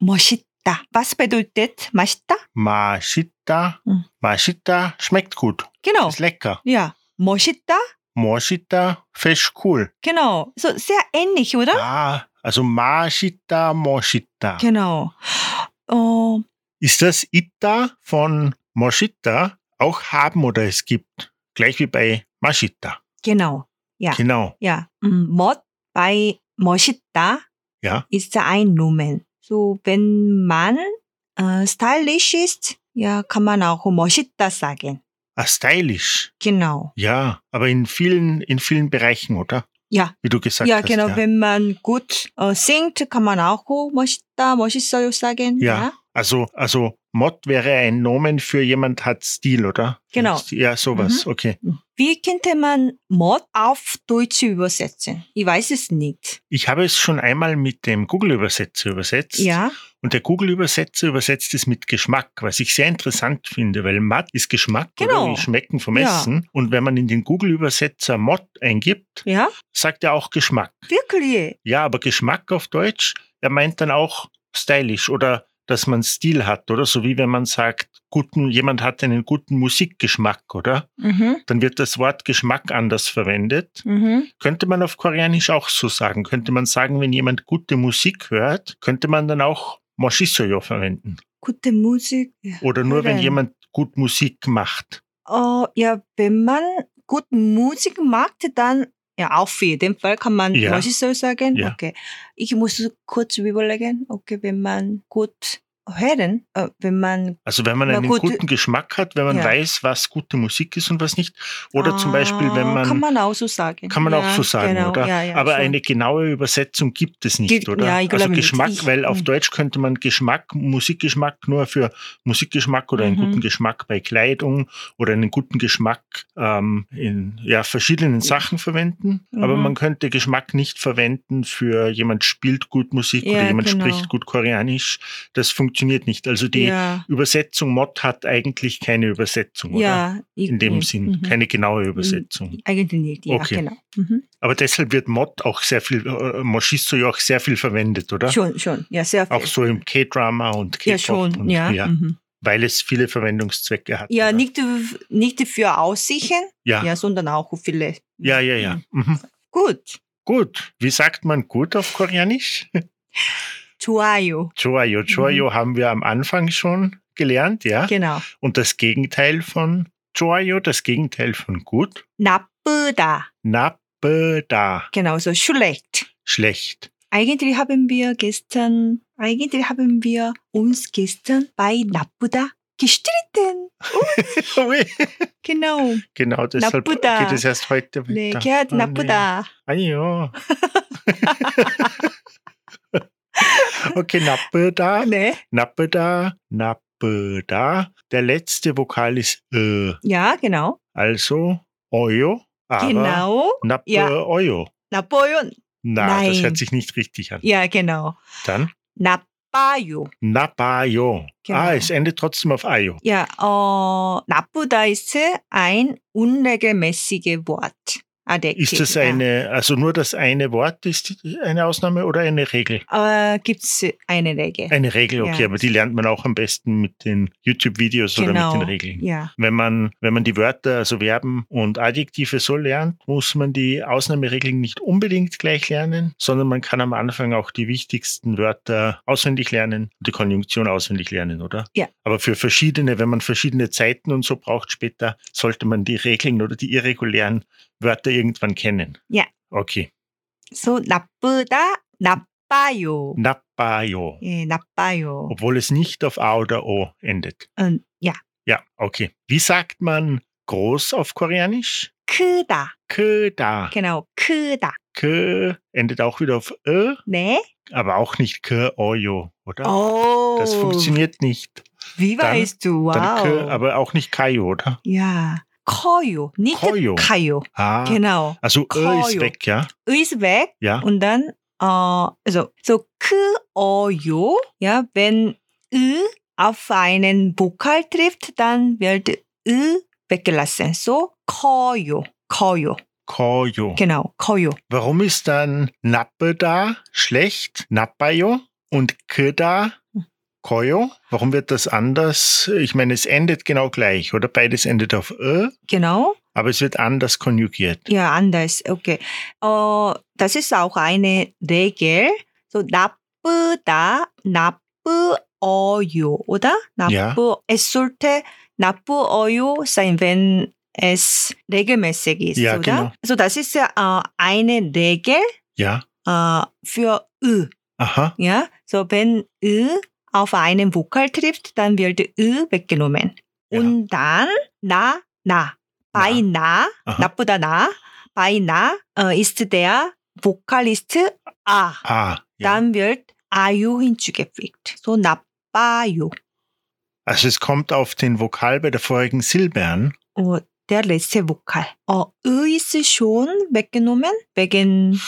Speaker 2: 멋있다 맛있다. Was bedeutet 맛있다?
Speaker 1: Mashita.
Speaker 2: Mhm.
Speaker 1: Mashita schmeckt gut.
Speaker 2: Genau.
Speaker 1: Ist lecker.
Speaker 2: Ja. 멋있다?
Speaker 1: Moshita, fesch cool.
Speaker 2: Genau. So sehr ähnlich, oder?
Speaker 1: Ah, also Mashita, Moshita.
Speaker 2: Genau. Oh,
Speaker 1: Ist das Ita von Moshita auch haben oder es gibt? Gleich wie bei Mashita.
Speaker 2: genau. Ja.
Speaker 1: Genau.
Speaker 2: Ja. 음, 멋 bei 멋있다
Speaker 1: Ja.
Speaker 2: ist ein Nomen. So, wenn man äh, stylisch ist, ja, kann man auch 멋있다 sagen.
Speaker 1: Ah, stylisch.
Speaker 2: Genau.
Speaker 1: Ja, aber in vielen, in vielen Bereichen, oder?
Speaker 2: Ja.
Speaker 1: Wie du gesagt
Speaker 2: ja,
Speaker 1: hast.
Speaker 2: genau. Wenn man gut äh, singt, kann man auch oh, 멋있다, 멋있어요 sagen.
Speaker 1: Ja. Also, also Mod wäre ein Nomen für jemand hat Stil, oder?
Speaker 2: Genau.
Speaker 1: Ja, sowas. Okay.
Speaker 2: Wie könnte man Mod auf Deutsch übersetzen? Ich weiß es nicht.
Speaker 1: Ich habe es schon einmal mit dem Google-Übersetzer übersetzt.
Speaker 2: Ja,
Speaker 1: Und der Google-Übersetzer übersetzt es mit Geschmack, was ich sehr interessant finde, weil Matt ist Geschmack
Speaker 2: Genau.
Speaker 1: oder wie Schmecken vom
Speaker 2: Ja.
Speaker 1: Essen. Und wenn man in den Google-Übersetzer Mod eingibt,
Speaker 2: ja,
Speaker 1: sagt er auch Geschmack.
Speaker 2: wirklich.
Speaker 1: Ja, aber Geschmack auf Deutsch, er meint dann auch stylisch oder dass man Stil hat, oder? So wie wenn man sagt, guten, jemand hat einen guten Musikgeschmack, oder?
Speaker 2: Mhm.
Speaker 1: Dann wird das Wort Geschmack anders verwendet.
Speaker 2: Mhm.
Speaker 1: Könnte man auf Koreanisch auch so sagen. Könnte man sagen, wenn jemand gute Musik hört, könnte man dann auch Moshisoyo verwenden.
Speaker 2: Gute Musik. Ja.
Speaker 1: Oder nur, wenn
Speaker 2: Hören.
Speaker 1: jemand gut Musik macht.
Speaker 2: Oh, ja, wenn man gut Musik macht, dann ja, auf jeden Fall kann man
Speaker 1: Ja.
Speaker 2: 멋있어요 sagen.
Speaker 1: Ja.
Speaker 2: Okay. Ich muss kurz überlegen. Okay, wenn man gut hören, äh, wenn man
Speaker 1: Also wenn man
Speaker 2: Na
Speaker 1: einen
Speaker 2: gut,
Speaker 1: guten Geschmack hat, wenn man
Speaker 2: ja.
Speaker 1: weiß, was gute Musik ist und was nicht. Oder zum Beispiel, wenn
Speaker 2: Ah,
Speaker 1: man...
Speaker 2: kann man auch so sagen.
Speaker 1: kann man
Speaker 2: ja,
Speaker 1: auch so sagen,
Speaker 2: genau.
Speaker 1: oder?
Speaker 2: Ja, ja,
Speaker 1: Aber
Speaker 2: so.
Speaker 1: eine genaue Übersetzung gibt es nicht,
Speaker 2: Gibt-
Speaker 1: oder?
Speaker 2: ja, ich
Speaker 1: also
Speaker 2: glaube nicht.
Speaker 1: Geschmack,
Speaker 2: Ich-
Speaker 1: weil auf
Speaker 2: hm.
Speaker 1: Deutsch könnte man Geschmack, Musikgeschmack nur für Musikgeschmack oder einen
Speaker 2: Mhm.
Speaker 1: guten Geschmack bei Kleidung oder einen guten Geschmack ähm, in ja, verschiedenen Sachen verwenden. Aber
Speaker 2: Mhm.
Speaker 1: man könnte Geschmack nicht verwenden für jemand spielt gut Musik
Speaker 2: Ja,
Speaker 1: oder jemand
Speaker 2: genau.
Speaker 1: spricht gut Koreanisch. Das funktioniert nicht. Also die
Speaker 2: ja,
Speaker 1: Übersetzung Mod hat eigentlich keine Übersetzung, oder?
Speaker 2: ja, ich-
Speaker 1: In dem
Speaker 2: mhm.
Speaker 1: Sinn, keine genaue Übersetzung.
Speaker 2: Eigentlich nicht, ja,
Speaker 1: Okay.
Speaker 2: genau. Mhm.
Speaker 1: Aber deshalb wird Mod auch sehr viel, äh, Moshisto ja auch sehr viel verwendet, oder?
Speaker 2: Schon, schon, ja, sehr viel.
Speaker 1: Auch so im K-Drama und K-Pop.
Speaker 2: ja, schon,
Speaker 1: und,
Speaker 2: ja. Mhm.
Speaker 1: Weil es viele Verwendungszwecke hat.
Speaker 2: Ja,
Speaker 1: oder?
Speaker 2: nicht, nicht für Aussichten,
Speaker 1: Ja.
Speaker 2: ja, sondern auch viele.
Speaker 1: ja, ja, ja. Mhm.
Speaker 2: Gut,
Speaker 1: Gut. Wie sagt man gut auf Koreanisch?
Speaker 2: 좋아요.
Speaker 1: Joayo.
Speaker 2: Mhm.
Speaker 1: Joayo haben wir am Anfang schon gelernt, ja?
Speaker 2: Genau.
Speaker 1: Und das Gegenteil von Joayo, das Gegenteil von gut,
Speaker 2: 나쁘다.
Speaker 1: Napeda,
Speaker 2: Genau, so schlecht.
Speaker 1: schlecht.
Speaker 2: Eigentlich haben wir gestern, eigentlich haben wir uns gestern bei napuda gestritten.
Speaker 1: Ui.
Speaker 2: Genau.
Speaker 1: genau, deshalb
Speaker 2: Napuda.
Speaker 1: geht es erst heute weiter.
Speaker 2: 네,
Speaker 1: Ah,
Speaker 2: 걔한
Speaker 1: nee.
Speaker 2: 나쁘다.
Speaker 1: 아니요. okay, 나쁘다,
Speaker 2: 네.
Speaker 1: 나쁘다, 나쁘다. Der letzte Vokal ist ö,
Speaker 2: Ja, genau.
Speaker 1: also oyo, aber
Speaker 2: genau.
Speaker 1: nappe
Speaker 2: Ja.
Speaker 1: oyo.
Speaker 2: 나빠요.
Speaker 1: Na, das
Speaker 2: Nein.
Speaker 1: hört sich nicht richtig an.
Speaker 2: Ja, genau.
Speaker 1: Dann
Speaker 2: 나빠요.
Speaker 1: napayo.
Speaker 2: Genau.
Speaker 1: Ah, es endet trotzdem auf ayo.
Speaker 2: Ja, 어, 나쁘다 ist ein unregelmäßiges Wort. 아, 네, Adjektiv.
Speaker 1: Ist das eine, also nur das eine Wort ist eine Ausnahme oder eine Regel?
Speaker 2: Ja. Äh, Gibt es eine Regel?
Speaker 1: Eine Regel, okay,
Speaker 2: Ja.
Speaker 1: aber die lernt man auch am besten mit den YouTube-Videos
Speaker 2: Genau.
Speaker 1: oder mit den Regeln.
Speaker 2: ja.
Speaker 1: Wenn man, wenn man die Wörter, also Verben und Adjektive so lernt, muss man die Ausnahmeregeln nicht unbedingt gleich lernen, sondern man kann am Anfang auch die wichtigsten Wörter auswendig lernen, die Konjunktion auswendig lernen, oder?
Speaker 2: Ja.
Speaker 1: Aber für verschiedene, wenn man verschiedene Zeiten und so braucht später, sollte man die Regeln oder die irregulären Wörter irgendwann kennen.
Speaker 2: Ja.
Speaker 1: Okay.
Speaker 2: So, 나쁘다,
Speaker 1: 음.
Speaker 2: 나빠요.
Speaker 1: Napayo.
Speaker 2: 예, 나빠요.
Speaker 1: Obwohl es nicht auf A oder O endet.
Speaker 2: 음, 야,
Speaker 1: Ja, okay. Wie sagt man groß auf Koreanisch?
Speaker 2: 크다.
Speaker 1: Köda.
Speaker 2: genau, 크다.
Speaker 1: K endet auch wieder auf Ö,
Speaker 2: 네.
Speaker 1: aber auch nicht K, Ojo, oder?
Speaker 2: 오.
Speaker 1: Das funktioniert nicht.
Speaker 2: Wie
Speaker 1: Dann-
Speaker 2: weißt du?
Speaker 1: Dann
Speaker 2: Oh. Wow.
Speaker 1: K, aber auch nicht Kayo, oder?
Speaker 2: ja. 커요. Nicht
Speaker 1: 커요.
Speaker 2: 가요.
Speaker 1: Ah,
Speaker 2: Genau.
Speaker 1: also Ö ist
Speaker 2: Koyo.
Speaker 1: weg, ja?
Speaker 2: Ist weg.
Speaker 1: Ja,
Speaker 2: Und dann, äh, also, so, 크어요. Ja, wenn Ö auf einen Vokal trifft, dann wird Ö weggelassen. So, 커요. 커요.
Speaker 1: Koyo.
Speaker 2: Genau, 커요.
Speaker 1: Warum ist dann Nappe da schlecht, Nappayo und K da Koyo. Warum wird das anders? Ich meine, es endet genau gleich, oder? Beides endet auf ö,
Speaker 2: Genau.
Speaker 1: aber es wird anders konjugiert.
Speaker 2: Ja, anders. Okay. Äh, das ist auch eine Regel. 네 So, 나쁘다, 나쁘어요, oder? 나쁘,
Speaker 1: Ja.
Speaker 2: Es sollte 나쁘어요 sein, wenn es regelmäßig ist,
Speaker 1: Ja,
Speaker 2: oder?
Speaker 1: genau.
Speaker 2: So, das ist ja äh, eine Regel
Speaker 1: Ja.
Speaker 2: äh, für 으.
Speaker 1: Aha.
Speaker 2: Ja? So, wenn 으 auf einen Vokal trifft, dann wird 으 weggenommen.
Speaker 1: Ja.
Speaker 2: Und dann 나, 나. Bei 나,
Speaker 1: Aha.
Speaker 2: 나쁘다 나, bei 나 äh, ist der Vokalist A.
Speaker 1: Ah. Ja.
Speaker 2: Dann wird 아유 hinzugefügt. So 나빠요.
Speaker 1: Also es kommt auf den Vokal bei der vorigen Silbe an.
Speaker 2: Oh, der letzte Vokal. Oh, Ö ist schon weggenommen, wegen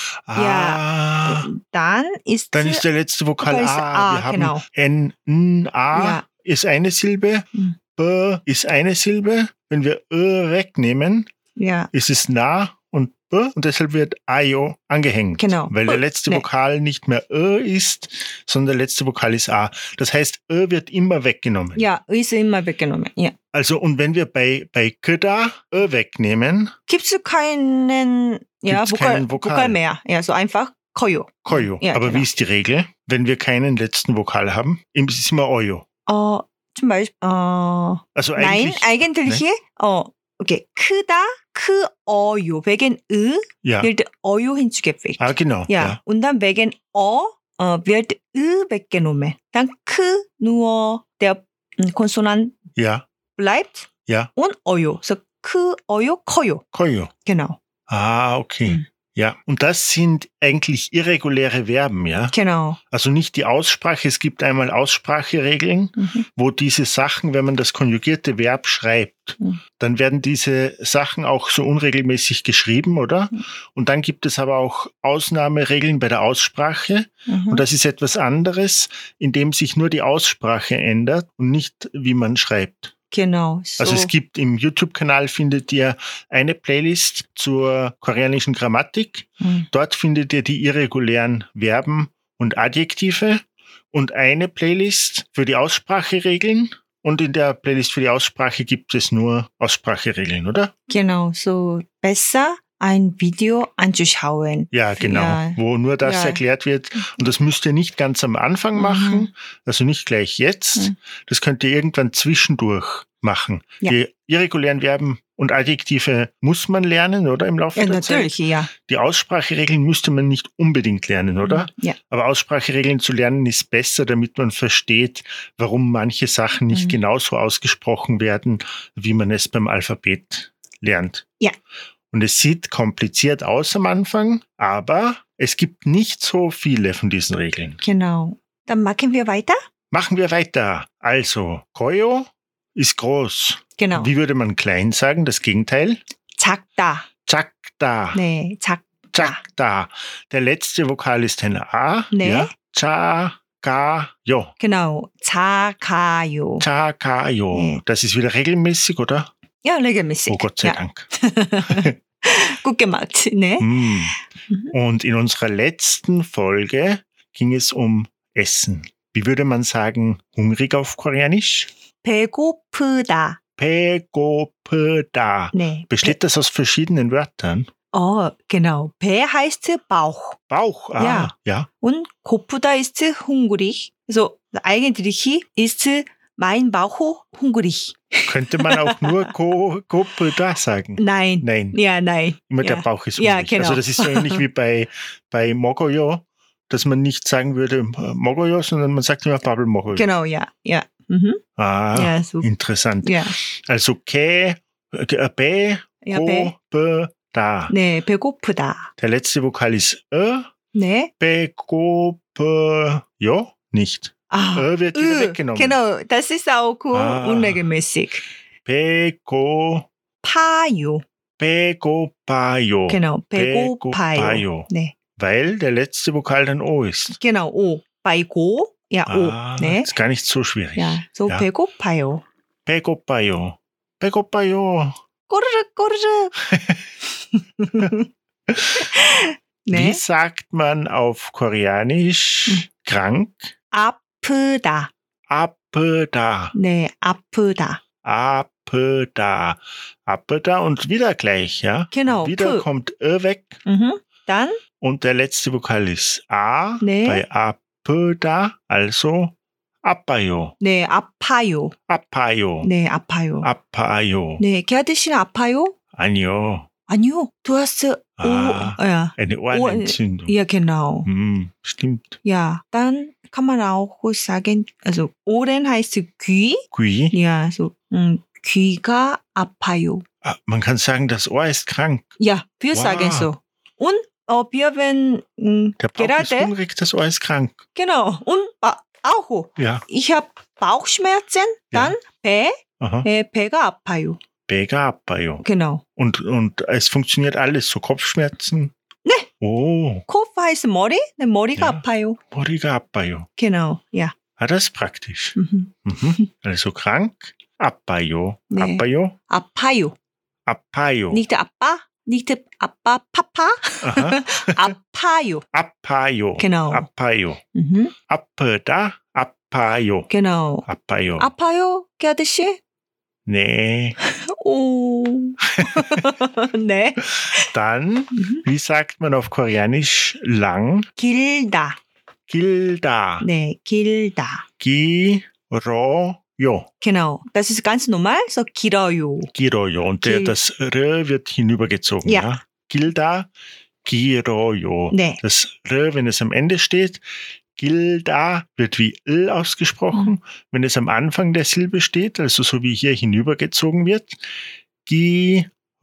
Speaker 2: Ja.
Speaker 1: Ah.
Speaker 2: dann ist,
Speaker 1: Dann ist der letzte Vokal
Speaker 2: Vokal ist
Speaker 1: A.
Speaker 2: A,
Speaker 1: Wir haben
Speaker 2: genau.
Speaker 1: N, N, A
Speaker 2: Ja.
Speaker 1: ist eine Silbe,
Speaker 2: Mhm.
Speaker 1: B ist eine Silbe. Wenn wir Ö wegnehmen,
Speaker 2: ja,
Speaker 1: ist es Na und B und deshalb wird Ayo angehängt.
Speaker 2: Genau.
Speaker 1: Weil der letzte
Speaker 2: Nee.
Speaker 1: Vokal nicht mehr Ö ist, sondern der letzte Vokal ist A. Das heißt, Ö wird immer weggenommen.
Speaker 2: ja, Ö ist immer weggenommen. Ja.
Speaker 1: Also, und wenn wir bei, bei Köda Ö wegnehmen,
Speaker 2: Gibt's keinen, ja,
Speaker 1: Gibt's
Speaker 2: Vokal,
Speaker 1: keinen Vokal.
Speaker 2: mehr. Ja, so einfach Koyo.
Speaker 1: Koyo.
Speaker 2: Ja,
Speaker 1: Aber
Speaker 2: genau.
Speaker 1: wie ist die Regel? Wenn wir keinen letzten Vokal haben, ist immer Oyo.
Speaker 2: 어, 좀 말, 어,
Speaker 1: Also
Speaker 2: 나인,
Speaker 1: eigentlich.
Speaker 2: 알겐들히, 어, 이렇게 크다, 크, 어요. 백엔 으,
Speaker 1: Ja.
Speaker 2: 빌드 어요 힌추게픽.
Speaker 1: Ah, genau.
Speaker 2: 야, 온단 백엔 어, 어, 빌드 으, 백게 놓으면. 단 크, 누어, der 음, Konsonant
Speaker 1: ja. ja.
Speaker 2: bleibt.
Speaker 1: Ja.
Speaker 2: Und 어요. So, 크, 어요, 커요.
Speaker 1: Koyo.
Speaker 2: Genau.
Speaker 1: Ah, okay.
Speaker 2: Mhm.
Speaker 1: Ja, und das sind eigentlich irreguläre Verben, ja.
Speaker 2: Genau.
Speaker 1: Also nicht die Aussprache. Es gibt einmal Ausspracheregeln,
Speaker 2: Mhm.
Speaker 1: wo diese Sachen, wenn man das konjugierte Verb schreibt,
Speaker 2: Mhm.
Speaker 1: dann werden diese Sachen auch so unregelmäßig geschrieben, oder?
Speaker 2: Mhm.
Speaker 1: Und dann gibt es aber auch Ausnahmeregeln bei der Aussprache.
Speaker 2: Mhm.
Speaker 1: Und das ist etwas anderes, in dem sich nur die Aussprache ändert und nicht, wie man schreibt.
Speaker 2: genau. So.
Speaker 1: Also es gibt im YouTube-Kanal findet ihr eine Playlist zur koreanischen Grammatik.
Speaker 2: 음.
Speaker 1: Dort findet ihr die irregulären Verben und Adjektive und eine Playlist für die Ausspracheregeln. Und in der Playlist für die Aussprache gibt es nur Ausspracheregeln, oder?
Speaker 2: Genau, so besser ein Video anzuschauen.
Speaker 1: Ja, genau.
Speaker 2: Ja.
Speaker 1: Wo nur das
Speaker 2: Ja.
Speaker 1: erklärt wird. Und das müsst ihr nicht ganz am Anfang
Speaker 2: Mhm.
Speaker 1: machen, also nicht gleich jetzt.
Speaker 2: Mhm.
Speaker 1: Das könnt ihr irgendwann zwischendurch machen.
Speaker 2: Ja.
Speaker 1: Die irregulären Verben und Adjektive muss man lernen, oder im Laufe
Speaker 2: Ja,
Speaker 1: der
Speaker 2: natürlich,
Speaker 1: Zeit?
Speaker 2: ja.
Speaker 1: Die Ausspracheregeln müsste man nicht unbedingt lernen, oder?
Speaker 2: Mhm, Ja,
Speaker 1: Aber Ausspracheregeln zu lernen ist besser, damit man versteht, warum manche Sachen nicht
Speaker 2: Mhm.
Speaker 1: genauso ausgesprochen werden, wie man es beim Alphabet lernt.
Speaker 2: Ja.
Speaker 1: Und es sieht kompliziert aus am Anfang, aber es gibt nicht so viele von diesen Regeln.
Speaker 2: genau. Dann machen wir weiter.
Speaker 1: Machen wir weiter. Also, Koyo ist groß.
Speaker 2: Genau.
Speaker 1: Wie würde man klein sagen? Das Gegenteil?
Speaker 2: 작다.
Speaker 1: Chakta.
Speaker 2: 네, 작.
Speaker 1: Chakta. Der letzte Vokal ist ein A.
Speaker 2: Nee.
Speaker 1: Ja. Cha, ka, yo.
Speaker 2: genau. 작아요.
Speaker 1: Chakayo.
Speaker 2: Nee.
Speaker 1: Das ist wieder regelmäßig, oder?
Speaker 2: ja, regelmäßig.
Speaker 1: Oh Gott sei
Speaker 2: Mhm. ja.
Speaker 1: Dank.
Speaker 2: Gut gemacht, ne?
Speaker 1: Mm.
Speaker 2: Mhm.
Speaker 1: Und in unserer letzten Folge ging es um Essen. Wie würde man sagen, hungrig auf Koreanisch?
Speaker 2: 배고프다.
Speaker 1: Pegopeda.
Speaker 2: 네.
Speaker 1: Besteht das aus verschiedenen Wörtern?
Speaker 2: 어, genau. 배 heißt Bauch.
Speaker 1: Bauch, ah,
Speaker 2: Ja.
Speaker 1: ja.
Speaker 2: Und 고프다 ist hungrig. Also eigentlich ist mein Bauch hungrig.
Speaker 1: Könnte man auch nur Ko- Kopeda sagen?
Speaker 2: Nein.
Speaker 1: Nein,
Speaker 2: Ja, nein.
Speaker 1: immer
Speaker 2: Mhm. ja.
Speaker 1: der Bauch ist
Speaker 2: Ja,
Speaker 1: hungrig.
Speaker 2: genau.
Speaker 1: Also das ist so ähnlich wie bei, bei Mogoyo, dass man nicht sagen würde äh, Mogoyo, sondern man sagt immer Babel Mogoyo.
Speaker 2: Genau, ja, ja. Mhm.
Speaker 1: Ah,
Speaker 2: ja, so.
Speaker 1: interessant.
Speaker 2: Mhm. Ja,
Speaker 1: Also Ke, äh, Ke- äh, Be,
Speaker 2: ja,
Speaker 1: Ko,
Speaker 2: 배.
Speaker 1: Be, Da.
Speaker 2: 네, 배고프다.
Speaker 1: Der letzte Vokal ist Ö,
Speaker 2: 네.
Speaker 1: Be, Ko, Be, Jo, nicht.
Speaker 2: 아,
Speaker 1: Ö wird wieder
Speaker 2: 으,
Speaker 1: weggenommen.
Speaker 2: Ah, genau. Das ist auch
Speaker 1: 아.
Speaker 2: unregelmäßig.
Speaker 1: Be, Ko,
Speaker 2: 파요.
Speaker 1: Be, Ko, Pa, Jo.
Speaker 2: Genau, 배고파요.
Speaker 1: 배고파요.
Speaker 2: 네,
Speaker 1: Weil der letzte Vokal dann O ist.
Speaker 2: genau. 오, 바이고. 야,
Speaker 1: Ah,
Speaker 2: 오. 네.
Speaker 1: Ist gar nicht so schwierig.
Speaker 2: 야, so
Speaker 1: 야.
Speaker 2: 배고파요.
Speaker 1: 배고파요. 배고파요.
Speaker 2: 꼬르륵 꼬르륵.
Speaker 1: Wie
Speaker 2: 네. Hm.
Speaker 1: sagt man auf Koreanisch krank?
Speaker 2: 아프다.
Speaker 1: 아프다,
Speaker 2: 네, 아프다.
Speaker 1: 아프다, 아프다 und wieder gleich, ja?
Speaker 2: Genau.
Speaker 1: Wieder
Speaker 2: 푸.
Speaker 1: kommt Ö weg
Speaker 2: Mhm. Dann
Speaker 1: und der letzte Vokal ist A
Speaker 2: Nee.
Speaker 1: bei apuda, also apayo,
Speaker 2: 네, 아파요.
Speaker 1: apayo,
Speaker 2: 네, 아파요.
Speaker 1: apayo,
Speaker 2: 네, 걔한테 씨는 아파요?
Speaker 1: anjo,
Speaker 2: 아니요. 음. Du hast äh,
Speaker 1: Ah.
Speaker 2: oh, ja.
Speaker 1: eine Ohrenentzündung.
Speaker 2: Ja, genau.
Speaker 1: Hm, stimmt.
Speaker 2: Ja, dann kann man auch sagen, also Ohren heißt 귀.
Speaker 1: Gui.
Speaker 2: Ja, so 음, 귀가 아파요.
Speaker 1: Ah, Man kann sagen, das Ohr ist krank.
Speaker 2: Ja, wir
Speaker 1: Wow.
Speaker 2: sagen so. Und ob wir wenn 어, 음,
Speaker 1: Der Bauch ist
Speaker 2: gerade
Speaker 1: hungrig, das Ohr ist krank.
Speaker 2: genau und ba, auch
Speaker 1: Ja.
Speaker 2: ich habe Bauchschmerzen, dann 배,
Speaker 1: Aha.
Speaker 2: 에, 배가 아파요.
Speaker 1: Bega apayo.
Speaker 2: Genau.
Speaker 1: Und, und es funktioniert alles, so Kopfschmerzen.
Speaker 2: Ne.
Speaker 1: Oh,
Speaker 2: Kopf heißt 머리, 네, 머리가
Speaker 1: Ja.
Speaker 2: 아파요.
Speaker 1: Moriga apayo.
Speaker 2: Genau. Ja.
Speaker 1: Ah, das ist praktisch.
Speaker 2: Mhm.
Speaker 1: Mhm. Also krank, apayo.
Speaker 2: Nee.
Speaker 1: Apayo,
Speaker 2: 아파요.
Speaker 1: apayo.
Speaker 2: Nicht 아빠, nicht 아빠, Papa,
Speaker 1: Aha.
Speaker 2: 아파요.
Speaker 1: Apayo.
Speaker 2: Genau.
Speaker 1: Apayo.
Speaker 2: Mhm.
Speaker 1: Apeda, apayo.
Speaker 2: Genau.
Speaker 1: Apayo.
Speaker 2: 아파요, 걔 아저씨?
Speaker 1: nee.
Speaker 2: 오. 네.
Speaker 1: Dann,
Speaker 2: Mhm.
Speaker 1: wie sagt man auf Koreanisch lang?
Speaker 2: 길다.
Speaker 1: Gilda.
Speaker 2: 네, 길다.
Speaker 1: Giroyo.
Speaker 2: Genau. Das ist ganz normal. So 길어요.
Speaker 1: Giroyo. Und der,
Speaker 2: Gil-
Speaker 1: das R wird hinübergezogen.
Speaker 2: Ja.
Speaker 1: Ja. Gilda, Giroyo.
Speaker 2: 네.
Speaker 1: Das R, wenn es am Ende steht, Gilda wird wie L ausgesprochen.
Speaker 2: Mhm.
Speaker 1: Wenn es am Anfang der Silbe steht, also so wie hier hinübergezogen wird,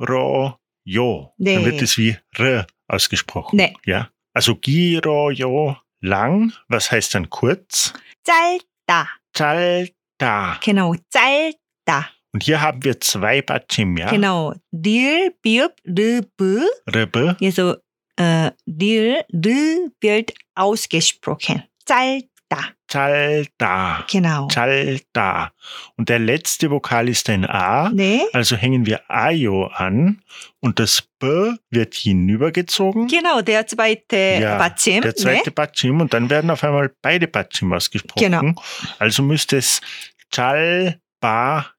Speaker 1: Giroyo.
Speaker 2: Nee.
Speaker 1: Dann wird es wie R ausgesprochen.
Speaker 2: 네.
Speaker 1: Ja. Also Giroyo lang. Was heißt dann kurz?
Speaker 2: 짧다.
Speaker 1: Chalda.
Speaker 2: Genau. 짧다.
Speaker 1: Und hier haben wir zwei Batschim, ja?
Speaker 2: Genau. 릴, 비읍, 르브.
Speaker 1: Rebe,
Speaker 2: 그래서 어, 릴, 르, wird ausgesprochen. 짧다.
Speaker 1: Chalda.
Speaker 2: Genau.
Speaker 1: Chalda. Und der letzte Vokal ist ein A.
Speaker 2: 네.
Speaker 1: Also hängen wir Ayo an und das B wird hinübergezogen.
Speaker 2: Genau, der zweite
Speaker 1: Ja,
Speaker 2: 받침.
Speaker 1: Der zweite
Speaker 2: ne?
Speaker 1: Batschim und dann werden auf einmal beide Batschim ausgesprochen.
Speaker 2: Genau.
Speaker 1: Also müsste es Chalbayo.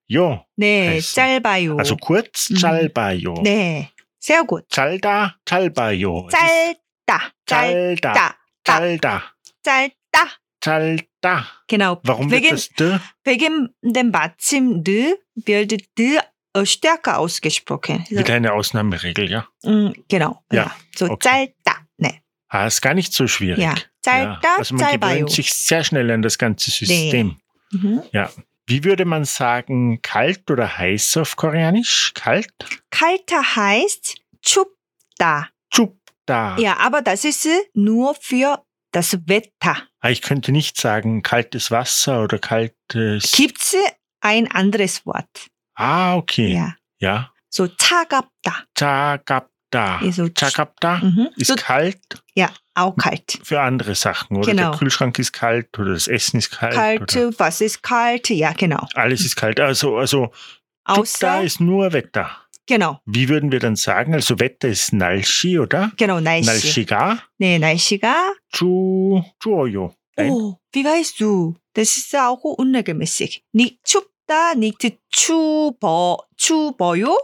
Speaker 2: 네, 네
Speaker 1: 알겠습니다.
Speaker 2: 짧아요.
Speaker 1: Also kurz
Speaker 2: Mhm.
Speaker 1: Chalbayo.
Speaker 2: 네, 세어고
Speaker 1: Chalda, Chalbayo.
Speaker 2: 짧다, 짧다,
Speaker 1: Chalda, Chalda,
Speaker 2: 짧다.
Speaker 1: Chalda.
Speaker 2: Genau.
Speaker 1: Warum wird
Speaker 2: wegen,
Speaker 1: das D?
Speaker 2: wegen dem Batsim D wird D äh, stärker ausgesprochen. So,
Speaker 1: Wieder eine Ausnahmeregel, ja.
Speaker 2: mm, genau.
Speaker 1: Ja,
Speaker 2: So
Speaker 1: okay.
Speaker 2: 짧다. 네.
Speaker 1: Ah, ist gar nicht so schwierig.
Speaker 2: Ja.
Speaker 1: Ja,
Speaker 2: 짧다,
Speaker 1: Also man
Speaker 2: 짧아요.
Speaker 1: gewöhnt sich sehr schnell an das ganze System.
Speaker 2: Mhm.
Speaker 1: Wie würde man sagen, kalt oder heiß auf Koreanisch? Kalt?
Speaker 2: Kalter heißt 춥다.
Speaker 1: Chupta.
Speaker 2: Ja, aber das ist nur für das Wetter.
Speaker 1: Ah, Ich könnte nicht sagen, kaltes Wasser oder kaltes...
Speaker 2: Gibt's ein anderes Wort?
Speaker 1: ah, okay.
Speaker 2: Ja.
Speaker 1: Ja.
Speaker 2: So 차갑다.
Speaker 1: Chagapta.
Speaker 2: Also,
Speaker 1: Chagapta
Speaker 2: Mhm.
Speaker 1: ist
Speaker 2: So
Speaker 1: kalt
Speaker 2: auch kalt.
Speaker 1: für andere Sachen, oder?
Speaker 2: Genau.
Speaker 1: Der Kühlschrank ist kalt oder das Essen ist kalt. Oder
Speaker 2: Kalt, was ist kalt? Ja, genau.
Speaker 1: alles ist kalt. Also, also Chupta
Speaker 2: Außer,
Speaker 1: ist nur Wetter.
Speaker 2: genau,
Speaker 1: Wie würden wir dann sagen? Also Wetter ist Nalshi, oder?
Speaker 2: genau, 날씨.
Speaker 1: Nalshiga.
Speaker 2: 네, 날씨가.
Speaker 1: Chu, Chuoyo. Nein.
Speaker 2: 오, wie weißt du? Das ist auch unregelmäßig. Nicht 춥다, nicht 추워, 추워요,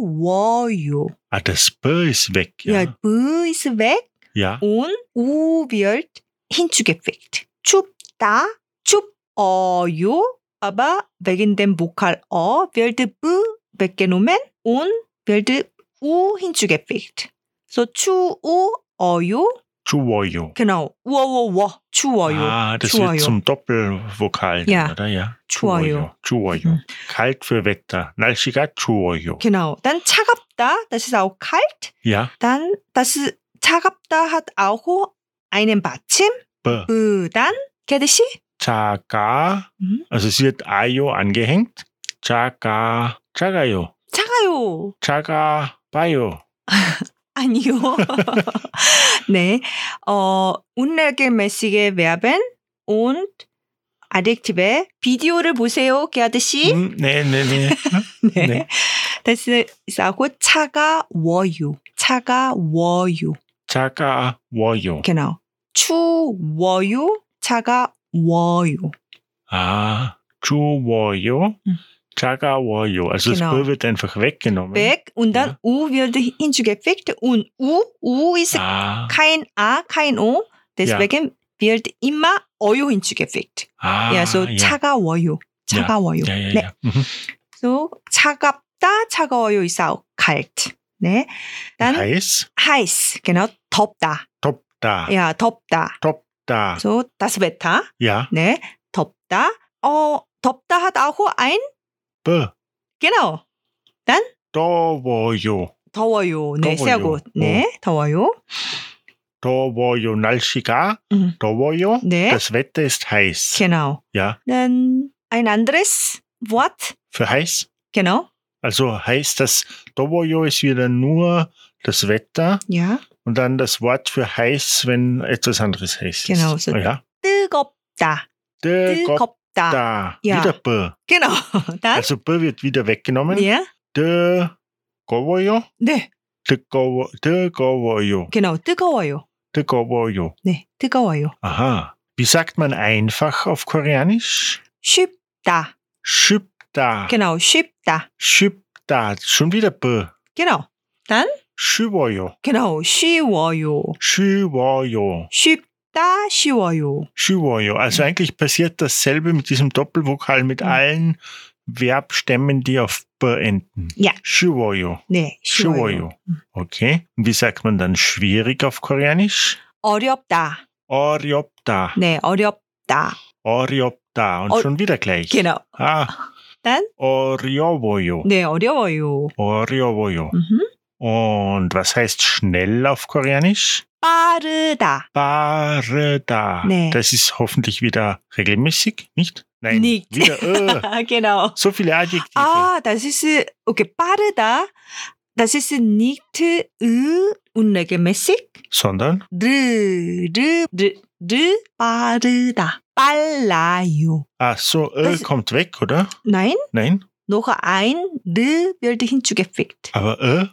Speaker 2: 추워요.
Speaker 1: Ah, das B ist weg.
Speaker 2: Ja,
Speaker 1: Ja.
Speaker 2: ja B ist weg
Speaker 1: ja.
Speaker 2: und U wird hinzugefügt. 춥다, 추워요, aber wegen dem Vokal O wird B weggenommen und wird U hinzugefügt. So 추워요,
Speaker 1: Chuoyo.
Speaker 2: Genau. 워워워. 추워요.
Speaker 1: Ah, das
Speaker 2: Chuoyo.
Speaker 1: wird zum Doppelvokal, dann,
Speaker 2: Ja.
Speaker 1: oder? Ja.
Speaker 2: 추워요.
Speaker 1: Chuoyo.
Speaker 2: Mhm.
Speaker 1: Kalt für Wetter. Nalshiga Chuoyo.
Speaker 2: Genau. Dann 차갑다. Das ist auch kalt.
Speaker 1: Ja.
Speaker 2: Dann das ist- 차갑다 hat auch einen 받침. 그,
Speaker 1: B.
Speaker 2: Mhm. 부단. 게드시?
Speaker 1: Chaga.
Speaker 2: Mhm.
Speaker 1: Also es wird Ayo angehängt. Chaga. Chagayo.
Speaker 2: 차가요.
Speaker 1: Chaga. Bayo.
Speaker 2: 아니요. 네. 어, unregelmäßige Verben und Adjektive. 비디오를 보세요. 게하듯이.
Speaker 1: Hm, nee, nee, nee.
Speaker 2: 네.
Speaker 1: 네.
Speaker 2: Das ist auch 차가워요. 차가워요.
Speaker 1: Chaga. Woyo.
Speaker 2: genau. 추워요, 차가워요.
Speaker 1: Ah, 좋아요,
Speaker 2: 음.
Speaker 1: 차가워요. Also
Speaker 2: Mhm. Genau.
Speaker 1: das B wird einfach weggenommen.
Speaker 2: weg und dann
Speaker 1: Ja.
Speaker 2: u wird hinzugefügt und u, u ist
Speaker 1: Ah,
Speaker 2: kein a, kein o, deswegen wird immer oyo hinzugefügt.
Speaker 1: ah,
Speaker 2: ja, 예, so Ne.
Speaker 1: ja.
Speaker 2: 차가워요, 차가워요.
Speaker 1: Ja, ja,
Speaker 2: 네.
Speaker 1: ja. Mhm.
Speaker 2: So 차갑다, 차가워요 ist auch kalt. 네, dann
Speaker 1: Heiß,
Speaker 2: heiß, genau 덥다.
Speaker 1: top da,
Speaker 2: 야 덥다.
Speaker 1: top da.
Speaker 2: So das Wetter,
Speaker 1: Ja,
Speaker 2: 네, 덥다. 어, 덥다 hat auch ein
Speaker 1: B,
Speaker 2: genau
Speaker 1: 더워요.
Speaker 2: 더워요. 네,
Speaker 1: 더워요.
Speaker 2: sehr gut. 네, 더워요.
Speaker 1: 더워요, 날씨가
Speaker 2: 음. 그러니까
Speaker 1: 더워요.
Speaker 2: 네.
Speaker 1: Das Wetter ist heiß.
Speaker 2: Genau.
Speaker 1: Ja,
Speaker 2: Dann ein anderes Wort.
Speaker 1: für heiß.
Speaker 2: Genau.
Speaker 1: Also heißt das, 더워요 ist wieder nur das Wetter
Speaker 2: Ja.
Speaker 1: und dann das Wort für heiß, wenn etwas anderes heiß ist. Ah
Speaker 2: Genau, so.
Speaker 1: Ja.
Speaker 2: 뜨겁다.
Speaker 1: 뜨겁다.
Speaker 2: 뜨겁다. 그러니까 Ja.
Speaker 1: Wieder B.
Speaker 2: Genau. Dann.
Speaker 1: Also B wird wieder weggenommen.
Speaker 2: Ja.
Speaker 1: 뜨거워요.
Speaker 2: 예? 네.
Speaker 1: 뜨거워, 뜨거워요.
Speaker 2: Genau. 뜨거워요.
Speaker 1: 뜨거워요.
Speaker 2: 네. 뜨거워요.
Speaker 1: Aha. Wie sagt man einfach auf Koreanisch?
Speaker 2: 쉽다.
Speaker 1: 쉽다.
Speaker 2: Genau. 쉽다.
Speaker 1: 쉽다. Schon wieder B.
Speaker 2: Genau.
Speaker 1: 쉬워요.
Speaker 2: Genau. 쉬워요.
Speaker 1: 쉬워요.
Speaker 2: 쉽다. 쉬워요.
Speaker 1: 쉬워요. Also eigentlich passiert dasselbe mit diesem Doppelvokal mit
Speaker 2: Mhm.
Speaker 1: allen Verbstämmen, die auf B enden.
Speaker 2: Ja.
Speaker 1: 쉬워요.
Speaker 2: 네. 쉬워요.
Speaker 1: 쉬워요. Okay. Und wie sagt man dann schwierig auf Koreanisch?
Speaker 2: 어렵다.
Speaker 1: 어렵다.
Speaker 2: 네. 어렵다.
Speaker 1: 어렵다. Und
Speaker 2: 어-
Speaker 1: schon wieder gleich.
Speaker 2: Genau.
Speaker 1: Ah,
Speaker 2: Dann.
Speaker 1: 어려워요.
Speaker 2: 네. 어려워요.
Speaker 1: 어려워요.
Speaker 2: 음.
Speaker 1: Und was heißt schnell auf Koreanisch?
Speaker 2: 빠르다.
Speaker 1: Bareda.
Speaker 2: Nee.
Speaker 1: Das ist hoffentlich wieder regelmäßig, nicht? Nein.
Speaker 2: Nicht. Ah.
Speaker 1: Wieder ö.
Speaker 2: genau.
Speaker 1: So viele Adjektive.
Speaker 2: 아, das ist, okay, 빠르다. Das ist nicht 으, unregelmäßig.
Speaker 1: Sondern
Speaker 2: 르, 르, 르, 르, 빠르다. 빨라요.
Speaker 1: ach ah, so, ö
Speaker 2: Das-
Speaker 1: kommt weg, oder?
Speaker 2: Nein,
Speaker 1: Nein.
Speaker 2: noch ein 르 wird hinzugefügt.
Speaker 1: Aber ö,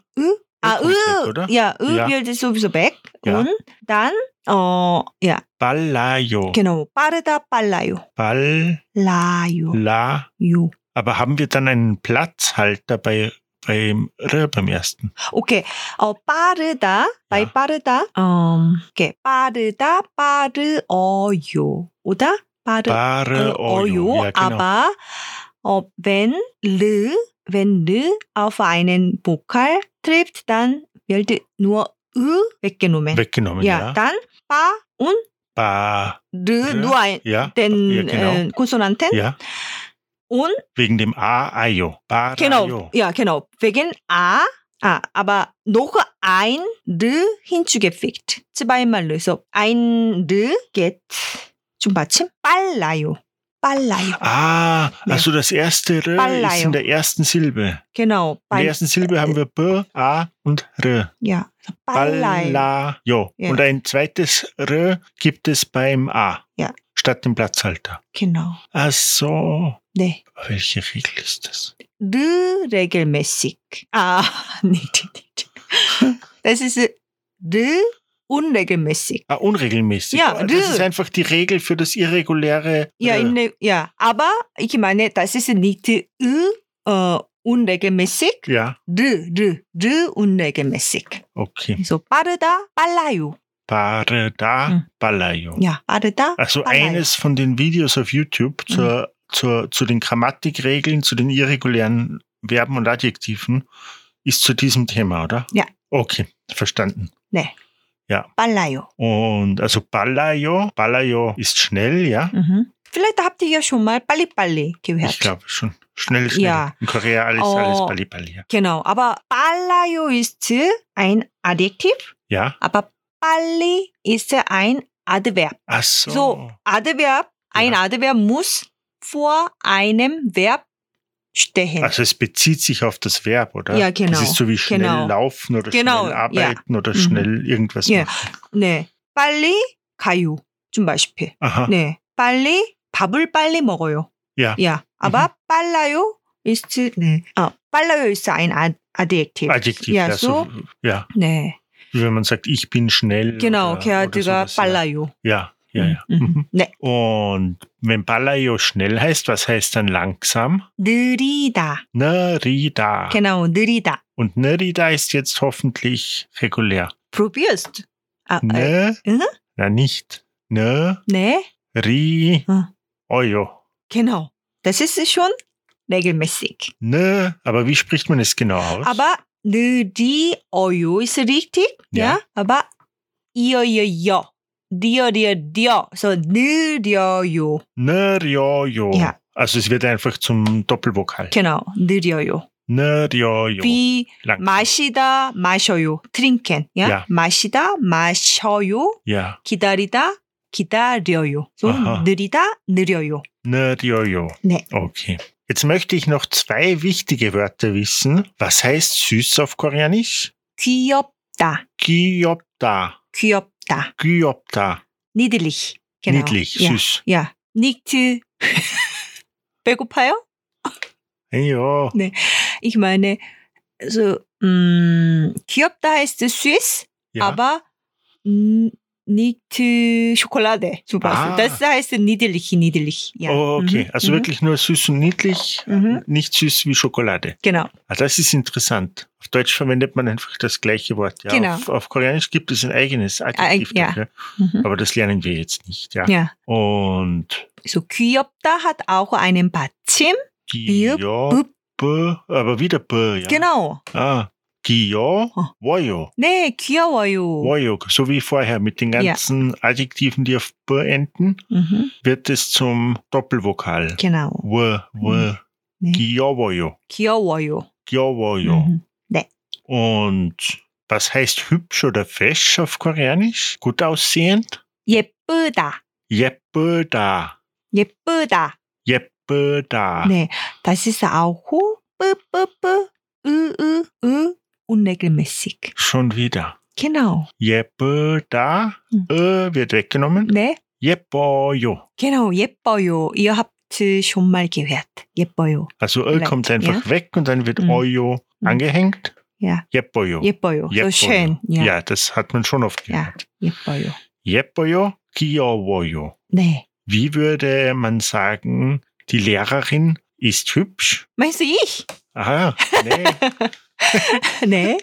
Speaker 2: 아,
Speaker 1: kommt weg,
Speaker 2: 으,
Speaker 1: oder?
Speaker 2: Äh? Ah, ja, 으
Speaker 1: Ja.
Speaker 2: wird sowieso weg.
Speaker 1: Ja.
Speaker 2: Und dann, 어, ja,
Speaker 1: Balayo.
Speaker 2: genau, 빠르다, 빨라요.
Speaker 1: Bal,
Speaker 2: 라요,
Speaker 1: la.
Speaker 2: 요.
Speaker 1: Aber haben wir dann einen Platzhalter bei, beim r beim ersten?
Speaker 2: 오케이. 어, 빠르다. 바이 빠르다. 음, 오케이. 빠르다, oh, 빠르어요. 오다? 빠르,
Speaker 1: Bare
Speaker 2: 어요.
Speaker 1: oyo. oh, Ja, genau.
Speaker 2: äh, oh, aber, 어, wenn, 르, wenn, 르, auf einen Vokal trifft, dann wird nur, 으, weggenommen.
Speaker 1: Weggenommen,
Speaker 2: ja,
Speaker 1: ja.
Speaker 2: dann, 빠, und,
Speaker 1: Ba,
Speaker 2: 르,
Speaker 1: 르.
Speaker 2: nur ein,
Speaker 1: ja.
Speaker 2: den,
Speaker 1: Ja, genau.
Speaker 2: äh, Konsonanten.
Speaker 1: Ja,
Speaker 2: Und,
Speaker 1: wegen dem A, Ayo. Barayo.
Speaker 2: Genau, ja, genau. Wegen A, ah, aber noch ein R hinzugefügt. Zweimal. So, ein R geht zum Beispiel 빨라요. 빨라요.
Speaker 1: Ah,
Speaker 2: Ja.
Speaker 1: also das erste R ist
Speaker 2: Ballayo.
Speaker 1: in der ersten Silbe.
Speaker 2: Genau.
Speaker 1: In
Speaker 2: 빨-
Speaker 1: der ersten Silbe haben wir B, A und R.
Speaker 2: ja, 빨라요.
Speaker 1: Ballayo.
Speaker 2: Ja.
Speaker 1: Und ein zweites R gibt es beim A.
Speaker 2: Ja.
Speaker 1: Statt dem Platzhalter.
Speaker 2: Genau.
Speaker 1: Ach so.
Speaker 2: 네.
Speaker 1: Welche Regel ist das?
Speaker 2: R regelmäßig. 아, nicht, nicht. Das ist R unregelmäßig.
Speaker 1: Ah, unregelmäßig.
Speaker 2: Ja,
Speaker 1: Ah,
Speaker 2: R.
Speaker 1: das ist einfach die Regel für das irreguläre
Speaker 2: Ja,
Speaker 1: R.
Speaker 2: im Le- ja, aber ich meine, das ist nicht R, äh, unregelmäßig.
Speaker 1: ja,
Speaker 2: 르, 르, 르 unregelmäßig.
Speaker 1: okay.
Speaker 2: So 빠르다, 빨라요.
Speaker 1: Bare da,
Speaker 2: Mhm.
Speaker 1: Ballayo.
Speaker 2: Ja, 빠르다.
Speaker 1: Also
Speaker 2: Ballayo.
Speaker 1: eines von den Videos auf YouTube
Speaker 2: Mhm.
Speaker 1: zur, zur, zu den Grammatikregeln, zu den irregulären Verben und Adjektiven ist zu diesem Thema, oder?
Speaker 2: Ja.
Speaker 1: Okay, verstanden.
Speaker 2: 빨라요.
Speaker 1: Und also Ballayo, Ballayo ist schnell, ja?
Speaker 2: Mhm. Vielleicht habt ihr ja schon mal 빨리빨리 gehört.
Speaker 1: Ich glaube schon. Schnell, schnell.
Speaker 2: Ja.
Speaker 1: In Korea alles,
Speaker 2: Oh.
Speaker 1: alles Balli, Balli, ja.
Speaker 2: Genau, aber 빨라요 ist ein Adjektiv,
Speaker 1: Ja?
Speaker 2: aber 빨리 ist ein Adverb.
Speaker 1: Ach so.
Speaker 2: So, Adverb, ein
Speaker 1: Ja.
Speaker 2: Adverb muss vor einem Verb stehen.
Speaker 1: Also es bezieht sich auf das Verb, oder?
Speaker 2: Ja, genau.
Speaker 1: Das ist so wie schnell
Speaker 2: Genau.
Speaker 1: laufen oder
Speaker 2: Genau,
Speaker 1: schnell
Speaker 2: ja.
Speaker 1: arbeiten oder
Speaker 2: Mhm.
Speaker 1: schnell irgendwas
Speaker 2: Ja.
Speaker 1: machen.
Speaker 2: 네, 빨리 가요. zum Beispiel.
Speaker 1: Aha.
Speaker 2: 네, 빨리 밥을 빨리 먹어요.
Speaker 1: Ja.
Speaker 2: 야, aber 빨라요 ist 네. 아, 빨라요 ist ein Ad- Adjektiv.
Speaker 1: Adjektiv,
Speaker 2: Ja,
Speaker 1: ja, so. ja.
Speaker 2: 네.
Speaker 1: Wie wenn man sagt, ich bin schnell.
Speaker 2: Genau, Mhm.
Speaker 1: oder, oder
Speaker 2: 게아드가
Speaker 1: sowas,
Speaker 2: 빨라요.
Speaker 1: Ja, Ja, ja. Mhm.
Speaker 2: 음, 네.
Speaker 1: Und wenn Balayo schnell heißt, was heißt dann langsam?
Speaker 2: 느리다.
Speaker 1: Nerida.
Speaker 2: Genau, 느리다.
Speaker 1: Und Nerida ist jetzt hoffentlich regulär.
Speaker 2: probierst. 아, 아,
Speaker 1: Ne?
Speaker 2: äh, mhm.
Speaker 1: Na, nicht. Ne?
Speaker 2: 네.
Speaker 1: Ri.
Speaker 2: Ah.
Speaker 1: Ojo.
Speaker 2: Genau. Das ist schon regelmäßig.
Speaker 1: Ne? Aber wie spricht man es genau aus?
Speaker 2: Aber 느리어요 ist richtig.
Speaker 1: Ja.
Speaker 2: Ja. Aber 이어요요. 디어디어디어. So 느려요.
Speaker 1: Neriojo.
Speaker 2: Ja.
Speaker 1: Also es wird einfach zum Doppelvokal.
Speaker 2: Genau. 느려요.
Speaker 1: Neriojo.
Speaker 2: wie
Speaker 1: Langsam.
Speaker 2: 마시다 마셔요. trinken. Ja?
Speaker 1: Ja.
Speaker 2: 마시다 마셔요.
Speaker 1: Ja.
Speaker 2: 기다리다 기다려요. So
Speaker 1: Aha.
Speaker 2: 느리다 느려요.
Speaker 1: Neriojo.
Speaker 2: 네.
Speaker 1: Okay. Jetzt möchte ich noch zwei wichtige Wörter wissen. Was heißt süß auf Koreanisch?
Speaker 2: 귀엽다
Speaker 1: Gyopta.
Speaker 2: 귀엽다.
Speaker 1: Gyopta.
Speaker 2: Niedlich. Genau.
Speaker 1: Niedlich,
Speaker 2: Ja.
Speaker 1: süß.
Speaker 2: Ja. Nicht. 배고파요?
Speaker 1: Ja.
Speaker 2: Ich meine, so, mm, 귀엽다 heißt süß,
Speaker 1: ja.
Speaker 2: aber mm, nicht Schokolade zum Beispiel.
Speaker 1: Ah.
Speaker 2: Das heißt niedlich, niedlich. Ja.
Speaker 1: Oh, okay.
Speaker 2: Mhm,
Speaker 1: Also
Speaker 2: mhm.
Speaker 1: wirklich nur süß und niedlich,
Speaker 2: Mhm.
Speaker 1: nicht süß wie Schokolade.
Speaker 2: Genau.
Speaker 1: Ah, das ist interessant. Auf Deutsch verwendet man einfach das gleiche Wort. Ja,
Speaker 2: Genau.
Speaker 1: auf, auf Koreanisch gibt es ein eigenes Adjektiv
Speaker 2: ja.
Speaker 1: dafür.
Speaker 2: Mhm.
Speaker 1: Aber das lernen wir jetzt nicht. Ja.
Speaker 2: Ja.
Speaker 1: Und
Speaker 2: So, 귀엽다 hat auch einen Batschim.
Speaker 1: Gio,
Speaker 2: Wir- bup.
Speaker 1: B, aber wieder B, ja.
Speaker 2: Genau.
Speaker 1: Ah, Gio,
Speaker 2: Oh.
Speaker 1: Woyo.
Speaker 2: 네, 귀여워요.
Speaker 1: Woyo, so wie vorher mit den
Speaker 2: Ja.
Speaker 1: ganzen Adjektiven, die auf B enden,
Speaker 2: Mhm.
Speaker 1: wird es zum Doppelvokal.
Speaker 2: genau.
Speaker 1: W, W,
Speaker 2: 네.
Speaker 1: Giowoyo,
Speaker 2: 귀여워요.
Speaker 1: Giowoyo.
Speaker 2: Mhm.
Speaker 1: Und was heißt hübsch oder fesch auf Koreanisch? Gut aussehend?
Speaker 2: 예쁘다.
Speaker 1: Jeppeda.
Speaker 2: 예쁘다.
Speaker 1: Jeppeda.
Speaker 2: 네, das ist auch 뿌, 뿌, 뿌, 으, 으, 으, unregelmäßig.
Speaker 1: Schon wieder.
Speaker 2: Genau.
Speaker 1: Jeppeda.
Speaker 2: Hm.
Speaker 1: Ö wird weggenommen.
Speaker 2: 네,
Speaker 1: Jeppojo.
Speaker 2: genau. 예뻐요. Ihr habt schon mal gehört. 예뻐요.
Speaker 1: Also Ö
Speaker 2: Vielleicht,
Speaker 1: kommt einfach weg und dann wird
Speaker 2: Hm.
Speaker 1: Ojo
Speaker 2: Hm.
Speaker 1: angehängt.
Speaker 2: Ja.
Speaker 1: Jeppojo.
Speaker 2: 어, 예뻐요. So
Speaker 1: 예뻐요.
Speaker 2: schön.
Speaker 1: Ja.
Speaker 2: Ja.
Speaker 1: das hat man schon oft
Speaker 2: Ja.
Speaker 1: gehört.
Speaker 2: 예뻐요.
Speaker 1: Jeppojo, Kiowojo.
Speaker 2: 네.
Speaker 1: Wie würde man sagen, die Lehrerin ist hübsch?
Speaker 2: Meinst du ich?
Speaker 1: Aha, nee.
Speaker 2: 네.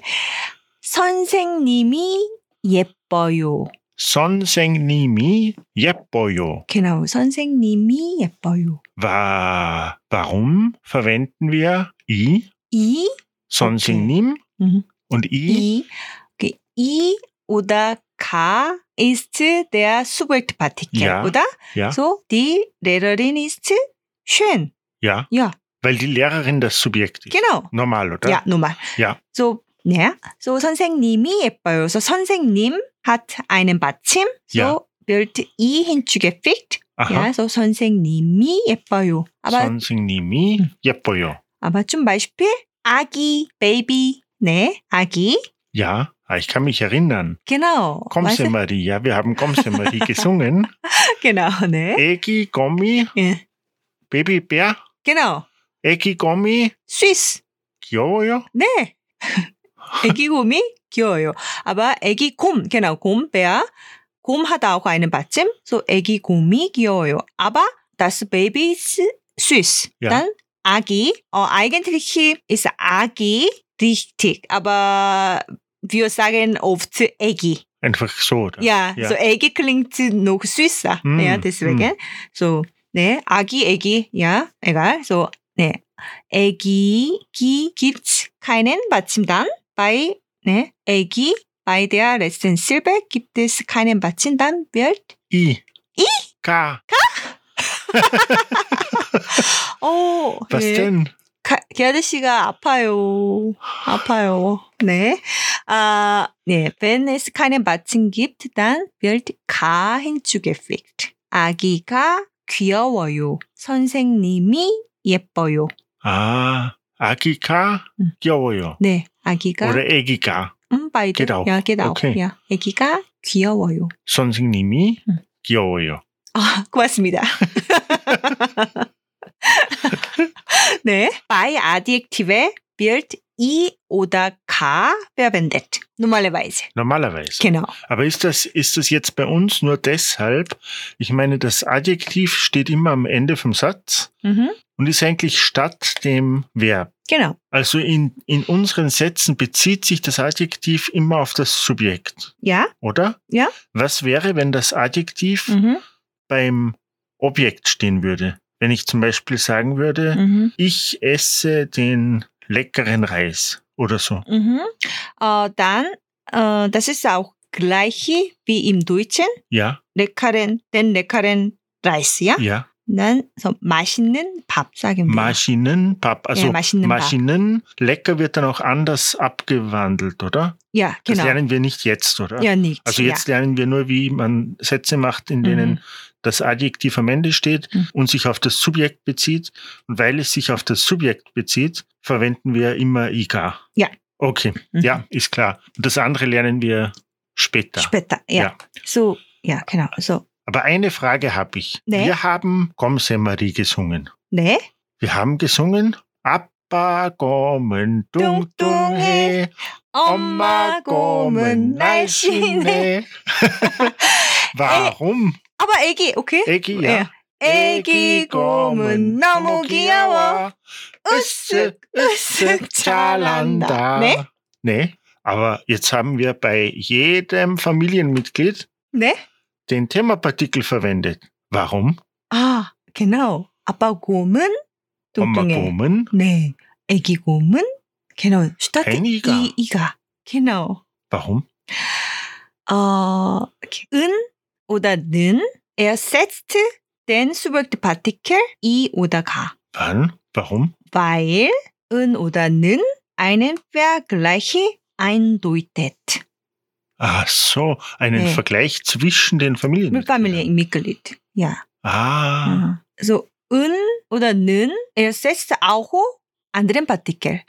Speaker 2: 선생님이 예뻐요.
Speaker 1: 선생님이 예뻐요.
Speaker 2: Genau. 선생님이 예뻐요.
Speaker 1: Wa warum verwenden wir i,
Speaker 2: 이,
Speaker 1: 선생님
Speaker 2: Mhm.
Speaker 1: und i,
Speaker 2: 이, 그, 이 oder 가 ist der Subjektpartikel,
Speaker 1: Ja.
Speaker 2: oder?
Speaker 1: Ja,
Speaker 2: So, die Lehrerin ist schön.
Speaker 1: ja,
Speaker 2: Ja,
Speaker 1: weil die Lehrerin das Subjekt ist.
Speaker 2: genau.
Speaker 1: Normal, oder?
Speaker 2: Ja, nochmal.
Speaker 1: Ja.
Speaker 2: So, ja. So, 네. 선생님이 예뻐요. So, 선생님 hat einen 받침. So,
Speaker 1: Ja.
Speaker 2: wird 이 hinzugefügt.
Speaker 1: Aha.
Speaker 2: Ja, so, 선생님이 예뻐요. Aber, Hm.
Speaker 1: 선생님이 예뻐요.
Speaker 2: aber zum Beispiel, 아기, Baby, ne, 아기.
Speaker 1: Ja, ah, ich kann mich erinnern.
Speaker 2: Genau.
Speaker 1: Komse
Speaker 2: Weißt
Speaker 1: Maria, wir haben Komse Maria gesungen.
Speaker 2: du? Genau, ne?
Speaker 1: Egi Gommi,
Speaker 2: Ja.
Speaker 1: Babybär,
Speaker 2: 예. Genau.
Speaker 1: Egi Gommi,
Speaker 2: Süß.
Speaker 1: Jojo.
Speaker 2: 네. 애기곰이 귀여워요. 아마 애기곰, genau, 곰, 베아. 곰하다고 하는 받침. So, 애기곰이 귀여워요. Aber das Baby ist süß.
Speaker 1: Ja.
Speaker 2: Dann 아기. 어, eigentlich ist 아기 richtig. Aber wir sagen oft 애기.
Speaker 1: Einfach so, oder?
Speaker 2: Ja,
Speaker 1: Ja.
Speaker 2: so 애기 klingt noch süßer.
Speaker 1: Mm,
Speaker 2: ja, deswegen. So, 네, 아기, 애기. Ja, egal. So, 네. 애기, 기, gibt's keinen 받침단. Bei, 네, 애기, bei der letzten Silbe gibt es keinen 받침단. Wird,
Speaker 1: I. I? K.
Speaker 2: 어,
Speaker 1: Was
Speaker 2: 네.
Speaker 1: denn?
Speaker 2: 가, 개 아저씨가 아파요. 아파요. 네. 아, 네. Wenn es keinen Batzen gibt, dann wird 가 hinzugefügt. 아기가 귀여워요. 선생님이 예뻐요.
Speaker 1: Ah, Akika,
Speaker 2: 음.
Speaker 1: Gyoyo.
Speaker 2: 네. 아기가
Speaker 1: Oder Egika.
Speaker 2: 음, 바이든.
Speaker 1: get out.
Speaker 2: 야, get out.
Speaker 1: 오케이.
Speaker 2: 야, 아기가 귀여워요.
Speaker 1: Sonsingnimi,
Speaker 2: 음.
Speaker 1: Gyoyo.
Speaker 2: 아, 고맙습니다. 네. by adjective에 built i oder k verwendet. Normalerweise.
Speaker 1: Normalerweise.
Speaker 2: Genau.
Speaker 1: Aber ist das, ist das jetzt bei uns nur deshalb? Ich meine, das Adjektiv steht immer am Ende vom Satz
Speaker 2: Mhm.
Speaker 1: und ist eigentlich statt dem Verb.
Speaker 2: Genau.
Speaker 1: Also in, in unseren Sätzen bezieht sich das Adjektiv immer auf das Subjekt,
Speaker 2: Ja?
Speaker 1: oder?
Speaker 2: Ja.
Speaker 1: Was wäre, wenn das Adjektiv
Speaker 2: Mhm.
Speaker 1: beim Objekt stehen würde? Wenn ich zum Beispiel sagen würde,
Speaker 2: Mhm.
Speaker 1: ich esse den leckeren Reis oder so.
Speaker 2: Mhm. Äh, dann, äh, das ist auch gleich wie im Deutschen.
Speaker 1: Ja,
Speaker 2: 레카렌, 된 레카렌 라이스야?
Speaker 1: ja.
Speaker 2: 난 그래서 맛있는 밥 싸기면
Speaker 1: Maschinen, Papp, also
Speaker 2: 예, 맛있는 밥.
Speaker 1: Maschinen, lecker wird dann auch anders abgewandelt, oder?
Speaker 2: 야,
Speaker 1: Das
Speaker 2: genau.
Speaker 1: lernen wir nicht jetzt, oder?
Speaker 2: 야, nicht.
Speaker 1: Also jetzt lernen wir nur, wie man Sätze macht, in denen
Speaker 2: Mhm.
Speaker 1: das Adjektiv am Ende steht
Speaker 2: Mhm.
Speaker 1: und sich auf das Subjekt bezieht. Und weil es sich auf das Subjekt bezieht, verwenden wir immer IK.
Speaker 2: Ja.
Speaker 1: Okay,
Speaker 2: Mhm.
Speaker 1: ja, ist klar. Und das andere lernen wir später.
Speaker 2: später. Ja.
Speaker 1: Ja.
Speaker 2: So, ja, genau. So,
Speaker 1: Aber eine Frage habe ich.
Speaker 2: Nee.
Speaker 1: Wir haben Gomse Marie gesungen.
Speaker 2: 네.
Speaker 1: Wir haben gesungen Appa kommen dung dung he, Oma kommen 날씬해. Warum?
Speaker 2: 아빠 애기, 오케이?
Speaker 1: Eggi, ja.
Speaker 2: 애기 곰은 너무 귀여워.
Speaker 1: 으쓱,
Speaker 2: 으쓱 잘한다.
Speaker 1: Nee?
Speaker 2: Nee?
Speaker 1: Nee, aber jetzt haben wir bei jedem Familienmitglied
Speaker 2: 네?
Speaker 1: den Themapartikel verwendet. Warum?
Speaker 2: 아, genau. 아빠 곰은
Speaker 1: Oma
Speaker 2: 뚱뚱해.
Speaker 1: kommen
Speaker 2: 네. 애기 곰은 genau. 스타트
Speaker 1: 애니가.
Speaker 2: 이 이가. genau.
Speaker 1: Warum?
Speaker 2: 어, 이렇게 은 오다 는 ersetzt den Subjekt Partikel 이 오다 가.
Speaker 1: Wann? Warum?
Speaker 2: weil 은 오다 는 einen Vergleich eindeutet.
Speaker 1: Ach Ah, so, einen
Speaker 2: Nee.
Speaker 1: Vergleich zwischen den
Speaker 2: mit
Speaker 1: Familienmitgliedern.
Speaker 2: Familienmitglied. Ja.
Speaker 1: Ah,
Speaker 2: So 어. 은 오다 는 예, ersetzt auch anderen Partikel.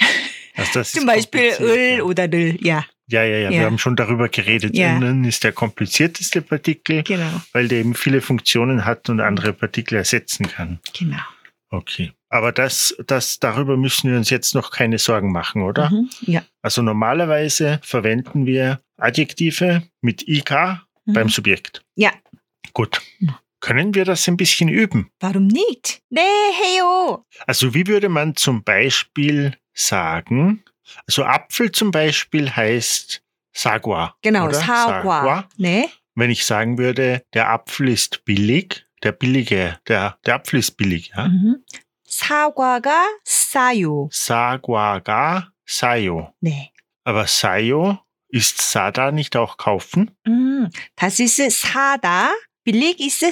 Speaker 1: also das
Speaker 2: Zum
Speaker 1: ist
Speaker 2: Beispiel
Speaker 1: kompliziert,
Speaker 2: 을
Speaker 1: ja.
Speaker 2: oder 를. Ja,
Speaker 1: Ja, ja, ja, wir
Speaker 2: Ja.
Speaker 1: haben schon darüber geredet.
Speaker 2: Ja.
Speaker 1: Innen ist der komplizierteste Partikel,
Speaker 2: genau.
Speaker 1: weil der eben viele Funktionen hat und andere Partikel ersetzen kann.
Speaker 2: genau.
Speaker 1: Okay. Aber das, das, darüber müssen wir uns jetzt noch keine Sorgen machen, oder?
Speaker 2: Mhm. Ja.
Speaker 1: Also normalerweise verwenden wir Adjektive mit IK
Speaker 2: Mhm.
Speaker 1: beim Subjekt.
Speaker 2: Ja.
Speaker 1: Gut.
Speaker 2: Ja.
Speaker 1: Können wir das ein bisschen üben?
Speaker 2: Warum nicht? 네, 해요.
Speaker 1: Also wie würde man zum Beispiel sagen, also Apfel zum Beispiel heißt Sagwa.
Speaker 2: Genau,
Speaker 1: oder?
Speaker 2: 사과. 네.
Speaker 1: Wenn ich sagen würde, der Apfel ist billig, der billige, der, der Apfel ist billig. Ja?
Speaker 2: 음. 사과가 싸요.
Speaker 1: Sagwa ga sayo.
Speaker 2: 네.
Speaker 1: Aber sayo ist Sada nicht auch kaufen?
Speaker 2: 음, 다시 쓰 사다. 빌리기 쓰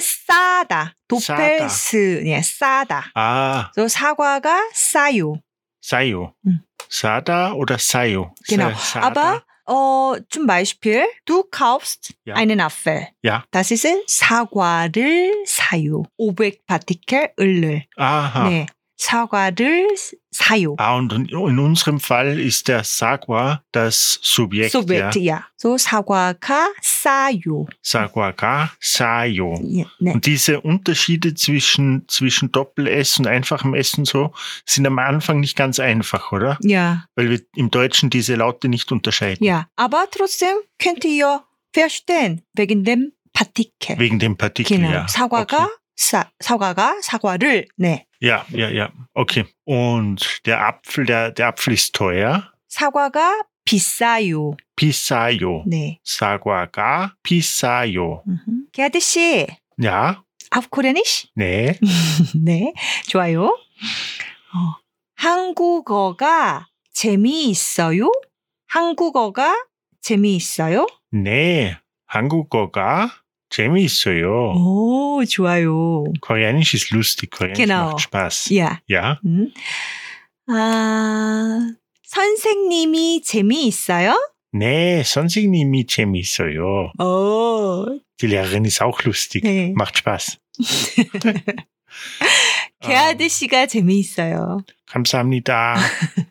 Speaker 1: 싸다.
Speaker 2: 싸다. 도펠스 예, 싸다.
Speaker 1: Ah,
Speaker 2: 또 사과가 싸요.
Speaker 1: sayo.
Speaker 2: Mhm.
Speaker 1: Sada oder sayo?
Speaker 2: Genau.
Speaker 1: Sa-
Speaker 2: Aber 어, zum Beispiel du kaufst
Speaker 1: Ja.
Speaker 2: einen Apfel.
Speaker 1: Ja.
Speaker 2: Das ist 사과를 사요. 500 Partikel 을을.
Speaker 1: Aha.
Speaker 2: 네. 사과를 사요.
Speaker 1: Ah, und in in unserem Fall ist der Sagwa das Subjekt. ja.
Speaker 2: 소베트 야. 또 사과가 싸요.
Speaker 1: Saguaga, Sayo.
Speaker 2: 예, 네.
Speaker 1: Und diese Unterschiede zwischen, zwischen Doppel-S und einfachem S und so sind am Anfang nicht ganz einfach, oder?
Speaker 2: Ja.
Speaker 1: Weil wir im Deutschen diese Laute nicht unterscheiden.
Speaker 2: Ja, aber trotzdem könnt ihr verstehen wegen dem Partikel.
Speaker 1: Wegen dem Partikel,
Speaker 2: genau.
Speaker 1: ja.
Speaker 2: 사과가
Speaker 1: Okay.
Speaker 2: 사, 사과가 사과를 네.
Speaker 1: Ja, ja, ja. Okay. Und der Apfel, der, der Apfel ist teuer.
Speaker 2: 사과가 비싸요.
Speaker 1: Pisayo.
Speaker 2: 네.
Speaker 1: Saguaga, Pisayo.
Speaker 2: 게아드 씨,
Speaker 1: Ja,
Speaker 2: 아프코레니시?
Speaker 1: nee.
Speaker 2: 네. 좋아요. 어, 한국어가 재미있어요? 한국어가 재미있어요?
Speaker 1: Nee. Hangugoga, Jamie ist so, jo.
Speaker 2: 오, 좋아요.
Speaker 1: Koreanisch ist lustig, Koreanisch
Speaker 2: Genau.
Speaker 1: macht Spaß.
Speaker 2: 야.
Speaker 1: Ja.
Speaker 2: 음. 아, 선생님이 재미있어요?
Speaker 1: Nee, 선생님이 nie 재미있어요.
Speaker 2: 오,
Speaker 1: Die Lehrerin ist auch lustig.
Speaker 2: 네.
Speaker 1: Macht Spaß. Ähm,
Speaker 2: 개아드 씨가 재미있어요.
Speaker 1: 감사합니다.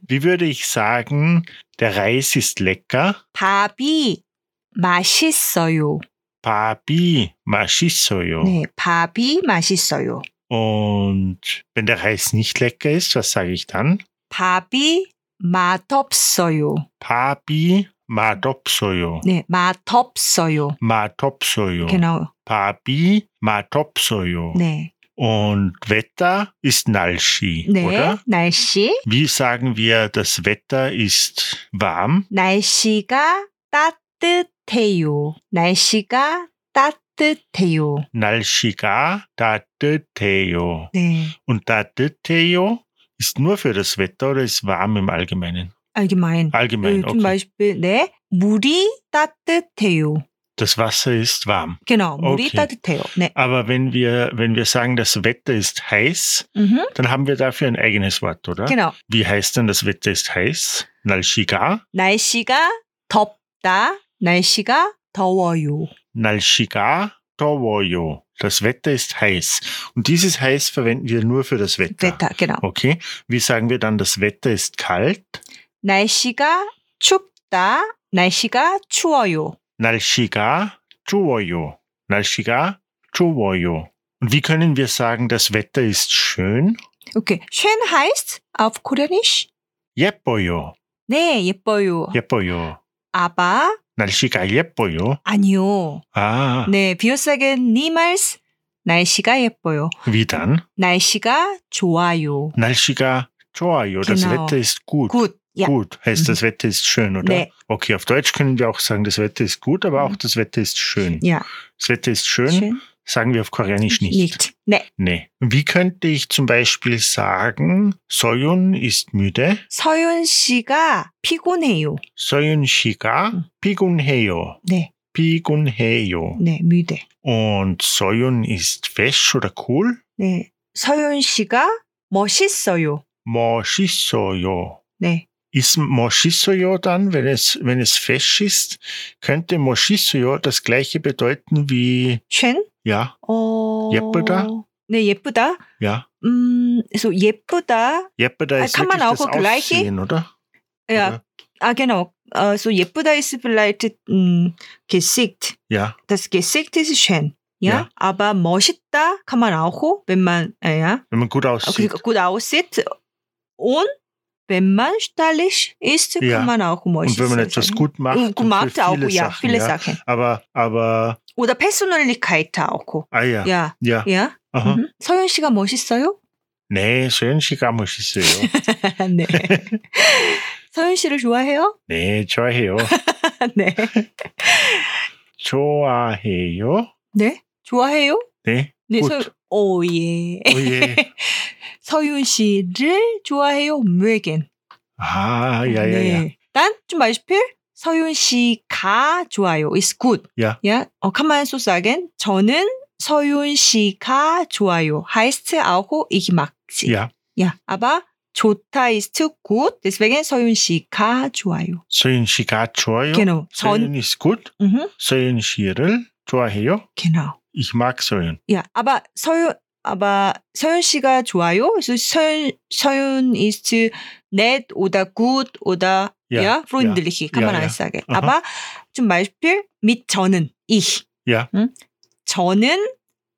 Speaker 1: Wie würde ich sagen, der Reis ist lecker.
Speaker 2: 밥이 맛있어요.
Speaker 1: 밥이 맛있어요.
Speaker 2: 네, 밥이 맛있어요.
Speaker 1: Und wenn der Reis nicht lecker ist, was sage ich dann?
Speaker 2: 밥이 맛없어요.
Speaker 1: Papi matopsoyo.
Speaker 2: 네, 맛없어요. 어,
Speaker 1: Matopsoyo.
Speaker 2: Genau.
Speaker 1: Papi matopsoyo.
Speaker 2: 네.
Speaker 1: Und Wetter ist Nalshi,
Speaker 2: 네.
Speaker 1: oder?
Speaker 2: 날씨.
Speaker 1: Wie sagen wir, das Wetter ist warm?
Speaker 2: 날씨가 따뜻해요. 날씨가 따뜻해요.
Speaker 1: Nalshiga tateteo.
Speaker 2: 네.
Speaker 1: Und tateteo ist nur für das Wetter oder ist warm im Allgemeinen?
Speaker 2: 아, allgemein.
Speaker 1: Allgemein,
Speaker 2: Äh, Zum
Speaker 1: okay.
Speaker 2: Beispiel, 네. 물이 따뜻해요.
Speaker 1: Das Wasser ist warm.
Speaker 2: Genau, 물이
Speaker 1: Okay.
Speaker 2: 따뜻해요. 네.
Speaker 1: Aber wenn wir, wenn wir sagen, das Wetter ist heiß,
Speaker 2: Mhm.
Speaker 1: dann haben wir dafür ein eigenes Wort, oder?
Speaker 2: Genau.
Speaker 1: Wie heißt denn das Wetter ist heiß? Nalshiga?
Speaker 2: 날씨가 덥다. 날씨가 더워요.
Speaker 1: Nalshiga Towoyo. Das Wetter ist heiß. Und dieses heiß verwenden wir nur für das Wetter.
Speaker 2: Wetter, genau.
Speaker 1: Okay. Wie sagen wir dann, das Wetter ist kalt?
Speaker 2: 날씨가 춥다. 날씨가 추워요.
Speaker 1: Nalshiga Chuwoyo. Nalshiga Chuwoyo. Und wie können wir sagen, das Wetter ist schön?
Speaker 2: Okay. schön heißt auf Koreanisch
Speaker 1: Yepoyo.
Speaker 2: 네, 예뻐요.
Speaker 1: Yepoyo.
Speaker 2: 아바
Speaker 1: Nalshiga Yepoyo.
Speaker 2: 아니요.
Speaker 1: Ah,
Speaker 2: 네, 비어싸겐 니말스 날씨가 예뻐요.
Speaker 1: wie dann?
Speaker 2: 날씨가 좋아요.
Speaker 1: Nalshiga Chuwoyo. Das
Speaker 2: Genau. Mhm.
Speaker 1: Wetter ist gut.
Speaker 2: 굿. 야.
Speaker 1: Gut heißt, das Wetter ist schön, oder?
Speaker 2: 네.
Speaker 1: Okay, auf Deutsch können wir auch sagen, das Wetter ist gut, aber auch
Speaker 2: Mhm.
Speaker 1: das Wetter ist schön.
Speaker 2: Ja.
Speaker 1: Das Wetter ist schön,
Speaker 2: schön.
Speaker 1: sagen wir auf Koreanisch nicht.
Speaker 2: nicht. 네.
Speaker 1: Nee. Wie könnte ich zum Beispiel sagen, Soyun ist müde,
Speaker 2: 서윤 씨가 피곤해요.
Speaker 1: Soyun
Speaker 2: Mhm.
Speaker 1: Shiga, Pigunheyo,
Speaker 2: 네,
Speaker 1: Pigunheyo.
Speaker 2: 네, müde.
Speaker 1: Und Soyun ist fesch oder cool,
Speaker 2: 네, 서윤 씨가 멋있어요.
Speaker 1: Moshisoyo.
Speaker 2: 네,
Speaker 1: Ist Moshisoyo dann, wenn es, wenn es fesch ist, könnte Moshisoyo das gleiche bedeuten wie,
Speaker 2: 쉔.
Speaker 1: ja,
Speaker 2: 어.
Speaker 1: 예쁘다?
Speaker 2: 네, 예쁘다.
Speaker 1: ja,
Speaker 2: 음, 그래서 예쁘다.
Speaker 1: Jeppe, da
Speaker 2: Ah,
Speaker 1: ist
Speaker 2: kann man
Speaker 1: wirklich das
Speaker 2: auch gleich-
Speaker 1: Aussehen, oder?
Speaker 2: 야,
Speaker 1: Oder?
Speaker 2: 아, genau. 어, so 예쁘다 ist vielleicht 음, Gesicht.
Speaker 1: Ja,
Speaker 2: Das Gesicht ist schön.
Speaker 1: Ja.
Speaker 2: Ja, aber 멋있다 kann man auch, wenn man äh, ja,
Speaker 1: wenn man gut aussieht.
Speaker 2: 그러니까 gut aussieht und wenn man stylisch ist,
Speaker 1: Ja.
Speaker 2: kann man auch
Speaker 1: Und
Speaker 2: 멋있어. 음,
Speaker 1: wenn man etwas
Speaker 2: sein.
Speaker 1: gut macht,
Speaker 2: gut macht
Speaker 1: für
Speaker 2: auch,
Speaker 1: viele
Speaker 2: ja,
Speaker 1: Sachen,
Speaker 2: viele
Speaker 1: ja.
Speaker 2: Sachen.
Speaker 1: Aber, aber,
Speaker 2: Oder Persönlichkeit auch.
Speaker 1: ah ja, ja,
Speaker 2: Ja, Mhm. ja.
Speaker 1: aha.
Speaker 2: 음. 서윤 씨가 멋있어요?
Speaker 1: Nee, 소연 씨가 멋있어요.
Speaker 2: 네. 서윤 씨를 좋아해요?
Speaker 1: 네, 좋아해요.
Speaker 2: 네.
Speaker 1: 좋아해요.
Speaker 2: 네. 좋아해요?
Speaker 1: 네,
Speaker 2: 네.
Speaker 1: 굿.
Speaker 2: 서, 오 예.
Speaker 1: oh je.
Speaker 2: 서윤 씨를 좋아해요? 뮤에겐.
Speaker 1: Ah,
Speaker 2: 아,
Speaker 1: ja, ja, ja.
Speaker 2: 네. 난좀 말시필 서윤 씨가 좋아요. It's good.
Speaker 1: Ja.
Speaker 2: 야, 어, 칸만 소스하겐 저는 서윤 씨가 좋아요. 하이스트 아고 이기 막지.
Speaker 1: Ja,
Speaker 2: 야, 아바 좋다 ist gut. Deswegen 서윤 씨가 좋아요.
Speaker 1: 소연 씨가 좋아요.
Speaker 2: Genau. 전
Speaker 1: 소연 ist gut.
Speaker 2: 음,
Speaker 1: 소연 씨를 좋아해요.
Speaker 2: genau.
Speaker 1: Ich mag 소연.
Speaker 2: 야, 아바 서윤 아바 서윤 씨가 좋아요. 그래서 서윤 서윤 ist nett oder gut oder
Speaker 1: Ja,
Speaker 2: ja, freundlich. 가만
Speaker 1: ja,
Speaker 2: 안
Speaker 1: ja.
Speaker 2: 싸게.
Speaker 1: 아하.
Speaker 2: 아바 좀 말필 mit 저는 ich.
Speaker 1: Ja.
Speaker 2: 음? 저는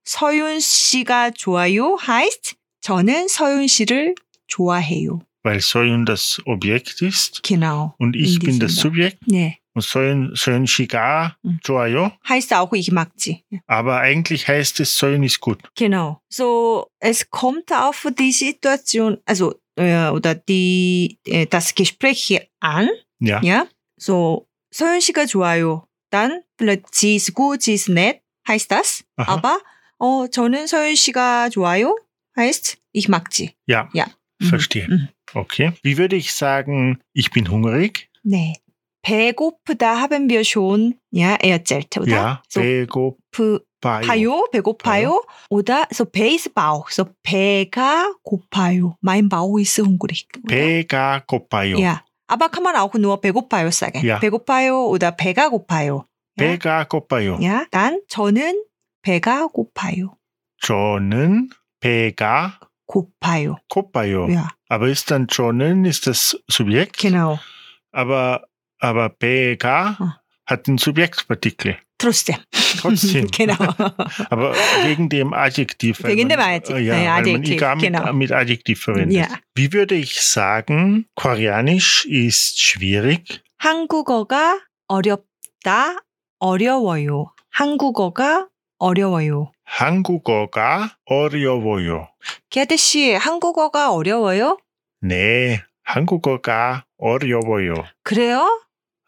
Speaker 2: 서윤 씨가 좋아요. heißt 저는 서윤 씨를 좋아해요.
Speaker 1: Weil 소연 das Objekt ist
Speaker 2: Genau.
Speaker 1: und ich
Speaker 2: In
Speaker 1: bin das
Speaker 2: diesem
Speaker 1: Subjekt.
Speaker 2: 네.
Speaker 1: Und soll, sollen Shiga
Speaker 2: Mhm.
Speaker 1: Joayo,
Speaker 2: heißt auch ich mag sie.
Speaker 1: aber eigentlich heißt es sollen ist gut.
Speaker 2: Genau. So, es kommt auf die Situation, also äh, oder die äh, das Gespräch hier an.
Speaker 1: Ja.
Speaker 2: Ja. So, 서윤 씨가 좋아요. 난 vielleicht sie ist gut, sie ist nett. Heißt das?
Speaker 1: Aha.
Speaker 2: Aber 어, 저는 서윤 씨가 좋아요. Heißt ich mag sie.
Speaker 1: Ja.
Speaker 2: Ja. Mhm.
Speaker 1: Verstehe.
Speaker 2: Mhm.
Speaker 1: Okay. Wie würde ich sagen, ich bin hungrig?
Speaker 2: 네. 배고프다 haben wir schon ja erzählt, oder?
Speaker 1: Ja.
Speaker 2: So,
Speaker 1: Bego
Speaker 2: 부-
Speaker 1: Payo.
Speaker 2: 파요, 배고파요. 오다, so 배이스 바오. So 배가 고파요. Mein Bauch ist hungrig.
Speaker 1: Pega Kopayo.
Speaker 2: 야. 아바 가만 아고 누워 배고파요 싸게.
Speaker 1: 야.
Speaker 2: 배고파요. 오다 배가 고파요.
Speaker 1: Pega Kopayo.
Speaker 2: 야. 난 저는 배가 고파요.
Speaker 1: Jonen Pega
Speaker 2: 고파요.
Speaker 1: Kopayo.
Speaker 2: 야.
Speaker 1: Aber ist dann Jonen ist das Subjekt?
Speaker 2: Genau.
Speaker 1: Aber E aber Pega
Speaker 2: Ah.
Speaker 1: hat den Subjektpartikel.
Speaker 2: Trotzdem.
Speaker 1: Trotzdem.
Speaker 2: genau.
Speaker 1: Aber wegen dem Adjektiv. weil
Speaker 2: Wegen
Speaker 1: man-
Speaker 2: dem Adjektiv,
Speaker 1: Ja,
Speaker 2: ja,
Speaker 1: weil man
Speaker 2: Adjektiv,
Speaker 1: IGA mit,
Speaker 2: genau.
Speaker 1: mit Adjektiv verwendet.
Speaker 2: ja.
Speaker 1: Wie würde ich sagen, Koreanisch ist schwierig?
Speaker 2: 한국어가 어렵다, 어려워요. 한국어가 어려워요.
Speaker 1: 한국어가 어려워요.
Speaker 2: 기아대 씨, 한국어가 어려워요?
Speaker 1: 네, 한국어가 어려워요.
Speaker 2: 그래요?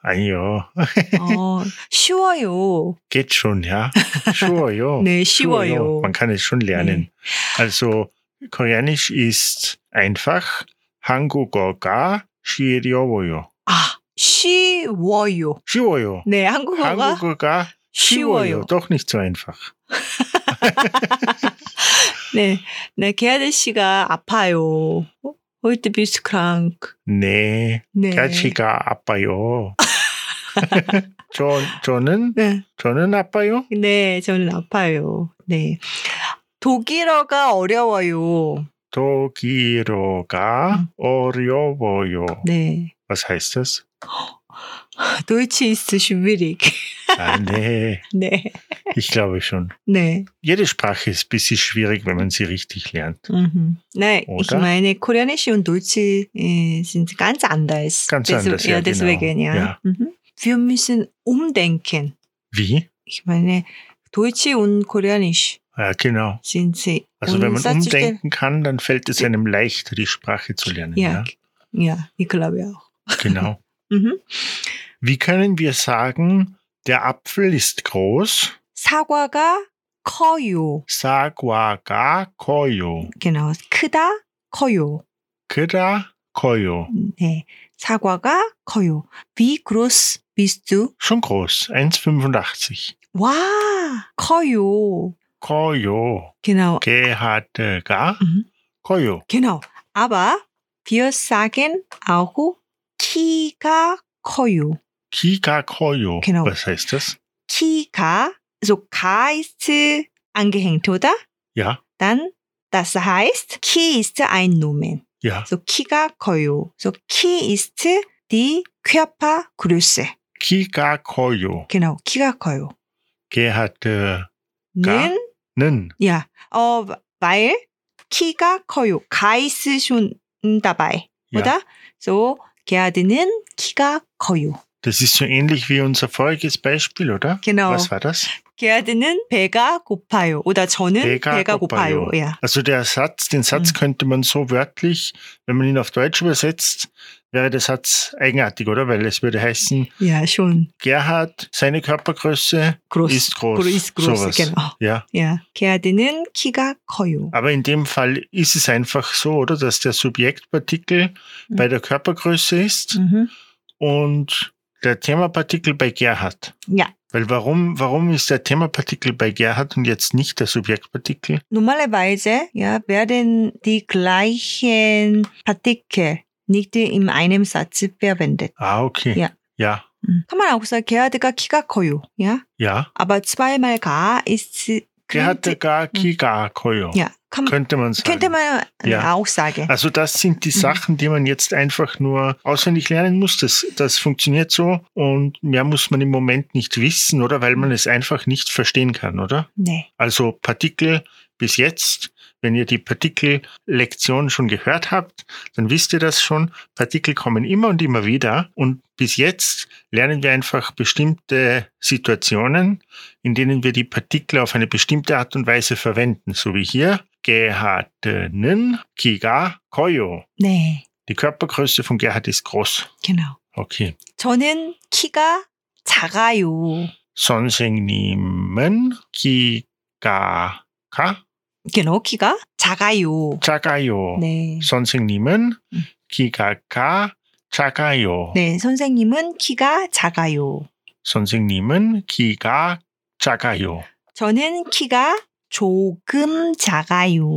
Speaker 1: Ah, 아니요,
Speaker 2: 어, 쉬워요.
Speaker 1: geht schon, ja. Schwoyo.
Speaker 2: 네, 쉬워요.
Speaker 1: Man kann es schon lernen.
Speaker 2: 네.
Speaker 1: Also, Koreanisch ist einfach. 한국어가 쉬워요.
Speaker 2: 아, 쉬워요.
Speaker 1: 쉬워요.
Speaker 2: 네, 한국어가
Speaker 1: 한국어가 쉬워요.
Speaker 2: 쉬워요.
Speaker 1: Doch nicht so einfach.
Speaker 2: 네, 네, 기아대 씨가 아파요. 홀트 비스 크랑크.
Speaker 1: 네,
Speaker 2: 네.
Speaker 1: 가치가 아파요. 저, 저는,
Speaker 2: 네.
Speaker 1: 저는 아파요.
Speaker 2: 네, 저는 아파요. 네. 독일어가 어려워요.
Speaker 1: 독일어가 어려워요.
Speaker 2: 네.
Speaker 1: Was heißt das?
Speaker 2: 도이치 이스 슈비릭.
Speaker 1: Ah, nee,
Speaker 2: 네.
Speaker 1: ich glaube schon.
Speaker 2: 네.
Speaker 1: Jede Sprache ist ein bisschen schwierig, wenn man sie richtig lernt.
Speaker 2: Mhm. 네.
Speaker 1: Oder?
Speaker 2: Ich meine, Koreanisch und Deutsch äh, sind ganz anders.
Speaker 1: Ganz
Speaker 2: Des-
Speaker 1: anders, ja,
Speaker 2: ja. Deswegen,
Speaker 1: genau.
Speaker 2: ja.
Speaker 1: Ja.
Speaker 2: Mhm. Wir müssen umdenken.
Speaker 1: Wie?
Speaker 2: Ich meine, Deutsch und Koreanisch
Speaker 1: Ja, genau.
Speaker 2: sind sie.
Speaker 1: Also wenn man
Speaker 2: umsatzstellen-
Speaker 1: umdenken kann, dann fällt es einem leichter, die Sprache zu lernen.
Speaker 2: Ja.
Speaker 1: Ja,
Speaker 2: ja, ich glaube auch.
Speaker 1: genau.
Speaker 2: Mhm.
Speaker 1: Wie können wir sagen, der Apfel ist groß?
Speaker 2: 사과가 커요.
Speaker 1: Sagwaga koyo.
Speaker 2: Genau. 크다, 커요.
Speaker 1: Kira koyo.
Speaker 2: 네. 사과가 커요. Wie groß bist du?
Speaker 1: Schon groß. 1,85.
Speaker 2: 와, 커요.
Speaker 1: Koyo.
Speaker 2: Genau.
Speaker 1: Gehatega
Speaker 2: Mhm.
Speaker 1: koyo.
Speaker 2: Genau. Aber wir sagen auch 키가 커요.
Speaker 1: Kika koyo.
Speaker 2: Genau.
Speaker 1: Was heißt das?
Speaker 2: 키가, so ka ist angehängt, oder?
Speaker 1: Ja,
Speaker 2: Dann, das heißt, 키 ist ein Nomen.
Speaker 1: ja.
Speaker 2: So 키가 커요. So 키 ist die Körpergröße.
Speaker 1: Kika koyo.
Speaker 2: Genau. 키가 커요.
Speaker 1: Gehatnen.
Speaker 2: 는 Ja, oh, weil 키가 커요. 가이스 schon dabei,
Speaker 1: Ja.
Speaker 2: oder? So, Gerde는 키가 커요.
Speaker 1: Das ist so ähnlich wie unser voriges Beispiel, oder?
Speaker 2: Genau.
Speaker 1: Was war das?
Speaker 2: Gerde는 배가 고파요. Oder 저는
Speaker 1: 배가
Speaker 2: 배가,
Speaker 1: 고파요.
Speaker 2: 고파요. Ja.
Speaker 1: Also der Satz, den Satz
Speaker 2: Mhm.
Speaker 1: könnte man so wörtlich, wenn man ihn auf Deutsch übersetzt, wäre der Satz eigenartig, oder? Weil es würde heißen,
Speaker 2: ja, schon
Speaker 1: Gerhard, seine Körpergröße
Speaker 2: groß.
Speaker 1: ist groß.
Speaker 2: ist groß,
Speaker 1: Sowas.
Speaker 2: genau.
Speaker 1: Ja.
Speaker 2: Ja. Gerde는 키가 커요.
Speaker 1: Aber in dem Fall ist es einfach so, oder? Dass der Subjektpartikel
Speaker 2: Mhm.
Speaker 1: bei der Körpergröße ist
Speaker 2: Mhm.
Speaker 1: und der Themapartikel bei Gerhard.
Speaker 2: Ja.
Speaker 1: Weil warum, warum ist der Themapartikel bei Gerhard und jetzt nicht der Subjektpartikel?
Speaker 2: Normalerweise ja, werden die gleichen Partikel nicht in einem Satz verwendet.
Speaker 1: Ah, okay.
Speaker 2: Ja.
Speaker 1: Ja.
Speaker 2: 음. kann man auch sagen, Gerde가 키가 커요. Ja?
Speaker 1: ja.
Speaker 2: Aber zweimal ga ist
Speaker 1: Gerhard gar Kiga Koyo.
Speaker 2: ja, kann, könnte,
Speaker 1: Hm. Könnte man sagen.
Speaker 2: man
Speaker 1: Ja.
Speaker 2: auch sagen.
Speaker 1: Also das sind die Sachen, die man jetzt einfach nur auswendig lernen muss. Das, das funktioniert so und mehr muss man im Moment nicht wissen, oder? Weil man es einfach nicht verstehen kann, oder?
Speaker 2: Nee.
Speaker 1: Also Partikel bis jetzt, wenn ihr die Partikellektion schon gehört habt, dann wisst ihr das schon. Partikel kommen immer und immer wieder und bis jetzt lernen wir einfach bestimmte Situationen, in denen wir die Partikel auf eine bestimmte Art und Weise verwenden, so wie hier Gerhardnen, Kiga, Koyo.
Speaker 2: 네.
Speaker 1: Die Körpergröße von Gerhard ist groß.
Speaker 2: genau.
Speaker 1: Okay.
Speaker 2: 저는 키가 작아요.
Speaker 1: 선생님은 Kiga, Ka,
Speaker 2: Genau, 키가 작아요.
Speaker 1: Chagayo.
Speaker 2: 네.
Speaker 1: 선생님은
Speaker 2: 음.
Speaker 1: 키가 작아요.
Speaker 2: 네, 선생님은 키가 작아요.
Speaker 1: 선생님은 키가 작아요.
Speaker 2: 저는 키가 조금 작아요.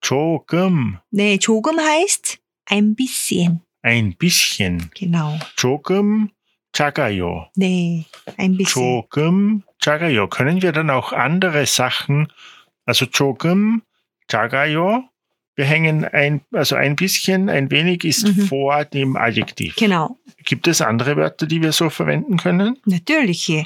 Speaker 1: 조금
Speaker 2: 네, 조금 heißt ein bisschen.
Speaker 1: ein bisschen.
Speaker 2: Genau.
Speaker 1: 조금 작아요.
Speaker 2: 네, ein bisschen.
Speaker 1: 조금 작아요. Können wir dann auch andere Sachen, also 조금 작아요, wir hängen ein, also ein bisschen, ein wenig ist
Speaker 2: Mhm.
Speaker 1: vor dem Adjektiv.
Speaker 2: Genau. 네,
Speaker 1: Gibt es andere Wörter, die wir so verwenden können?
Speaker 2: Natürlich.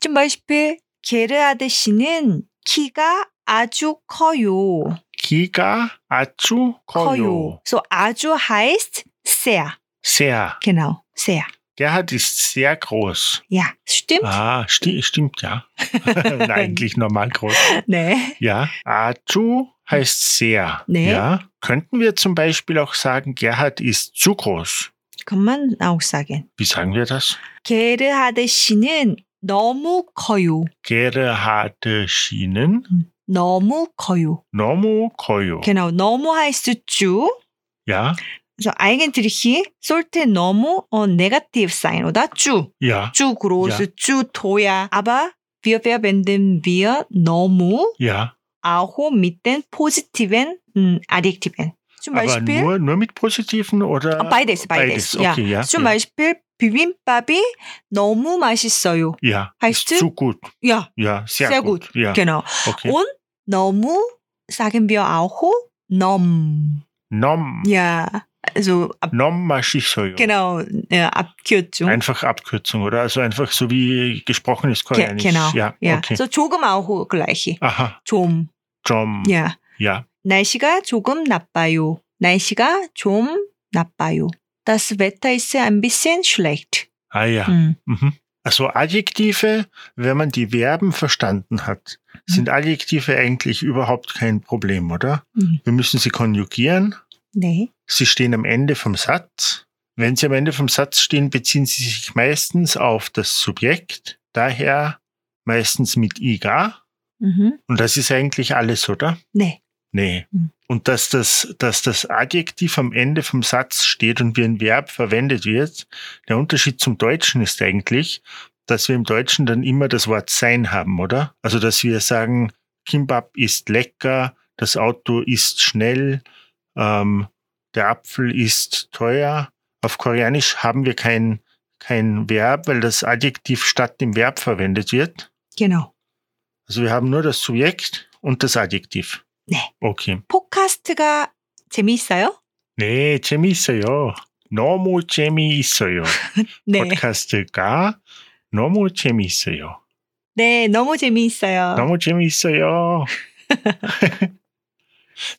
Speaker 2: zum Beispiel 게르하드 씨는 키가 아주 커요.
Speaker 1: Kiga Achu Koyo.
Speaker 2: So 아주 heißt sehr.
Speaker 1: Sehr.
Speaker 2: Genau, sehr.
Speaker 1: Gerhard ist sehr groß.
Speaker 2: Ja, stimmt.
Speaker 1: Ah, sti stimmt ja. Nein, eigentlich normal groß.
Speaker 2: Nee.
Speaker 1: Ja. Achu heißt sehr.
Speaker 2: Nee.
Speaker 1: Ja. Könnten wir zum Beispiel auch sagen, Gerhard ist zu groß.
Speaker 2: kann man auch sagen.
Speaker 1: Wie sagen wir das?
Speaker 2: 게르하드 씨는 너무 커요.
Speaker 1: Gerhard Schienen.
Speaker 2: 너무 커요.
Speaker 1: Nomo Koyo.
Speaker 2: Genau, 너무 heißt zu.
Speaker 1: Ja.
Speaker 2: Also eigentlich sollte 너무 어, und negativ sein, oder? zu.
Speaker 1: Ja.
Speaker 2: zu groß, zu teuer. Aber wir verwenden wir 너무
Speaker 1: Ja.
Speaker 2: auch mit den positiven 음, Adjektiven. Zum
Speaker 1: Aber
Speaker 2: Beispiel
Speaker 1: nur, nur mit positiven oder?
Speaker 2: 어, beides, beides. Ja.
Speaker 1: Okay, ja.
Speaker 2: zum
Speaker 1: ja.
Speaker 2: Beispiel 비빔밥이 너무 맛있어요.
Speaker 1: ja.
Speaker 2: Heißt
Speaker 1: ist zu gut.
Speaker 2: Ja,
Speaker 1: Ja, sehr,
Speaker 2: Sehr
Speaker 1: gut. Ja.
Speaker 2: genau.
Speaker 1: Okay.
Speaker 2: Und 너무 sagen wir auch 넘.
Speaker 1: Nom.
Speaker 2: Ja, also ab,
Speaker 1: Nom Mashisoyo.
Speaker 2: genau äh, Abkürzung.
Speaker 1: Einfach Abkürzung, oder? Also einfach so wie gesprochenes
Speaker 2: Ge-
Speaker 1: Koreanisch.
Speaker 2: genau.
Speaker 1: Ja,
Speaker 2: ja,
Speaker 1: okay.
Speaker 2: so 조금 auch gleich.
Speaker 1: Aha,
Speaker 2: 좀.
Speaker 1: Jom. Ja.
Speaker 2: Ja. 날씨가 조금 나빠요. 날씨가 좀 나빠요. Das Wetter ist ein bisschen schlecht.
Speaker 1: Ah ja.
Speaker 2: 음.
Speaker 1: Mhm. Also Adjektive, wenn man die Verben verstanden hat,
Speaker 2: Hm.
Speaker 1: sind Adjektive eigentlich überhaupt kein Problem, oder?
Speaker 2: Mhm.
Speaker 1: Wir müssen sie konjugieren.
Speaker 2: 네.
Speaker 1: Sie stehen am Ende vom Satz. Wenn sie am Ende vom Satz stehen, beziehen sie sich meistens auf das Subjekt. Daher meistens mit iga.
Speaker 2: 음흠.
Speaker 1: Und das ist eigentlich alles, oder?
Speaker 2: 네.
Speaker 1: Nee.
Speaker 2: Mhm.
Speaker 1: Und dass das, dass das Adjektiv am Ende vom Satz steht und wie ein Verb verwendet wird, der Unterschied zum Deutschen ist eigentlich, dass wir im Deutschen dann immer das Wort sein haben, oder? Also, dass wir sagen, Kimbab ist lecker, das Auto ist schnell, ähm, der Apfel ist teuer. Auf Koreanisch haben wir kein, kein Verb, weil das Adjektiv statt dem Verb verwendet wird.
Speaker 2: Genau.
Speaker 1: Also wir haben nur das Subjekt und das Adjektiv.
Speaker 2: 네.
Speaker 1: Okay.
Speaker 2: 포카스트가 재미있어요?
Speaker 1: 네, 재미있어요. 너무 재미있어요.
Speaker 2: 네.
Speaker 1: 팟캐스트가 너무 재미있어요.
Speaker 2: 네, 너무 재미있어요.
Speaker 1: 너무 재미있어요.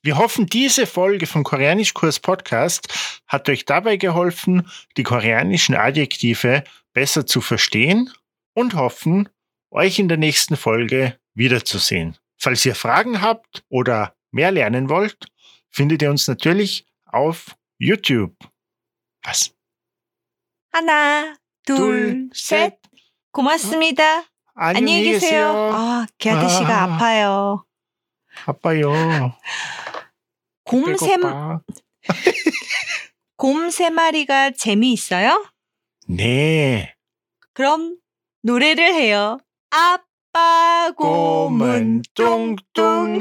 Speaker 1: Wir hoffen, diese Folge vom Koreanischkurs Podcast hat euch dabei geholfen, die koreanischen Adjektive besser zu verstehen und hoffen, euch in der nächsten Folge wiederzusehen. Falls ihr Fragen habt oder mehr lernen wollt, findet ihr uns natürlich auf YouTube. Was?
Speaker 2: 하나, 둘, 셋. 고맙습니다. 안녕히 계세요. 아, 걔아드 씨가
Speaker 1: 아.
Speaker 2: 아파요.
Speaker 1: 아빠요.
Speaker 2: 곰세,
Speaker 1: 배고파.
Speaker 2: 곰세 마리가 재미있어요?
Speaker 1: 네.
Speaker 2: 그럼 노래를 해요. 아빠 곰은
Speaker 1: 곰은
Speaker 2: 뚱뚱해.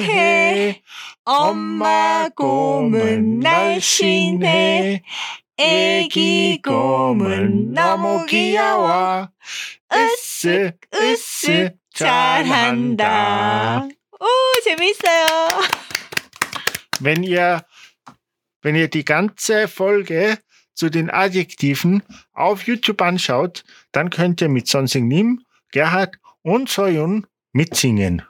Speaker 1: 뚱뚱해
Speaker 2: 엄마 곰은 날씬해 애기 곰은 너무 귀여워
Speaker 1: 으쓱
Speaker 2: 으쓱 으쓱 잘한다 오 재밌어요
Speaker 1: Wenn ihr, wenn ihr die ganze Folge zu den Adjektiven auf YouTube anschaut, dann könnt ihr mit Sonsing Nim, Gerhard und Soyun mitsingen.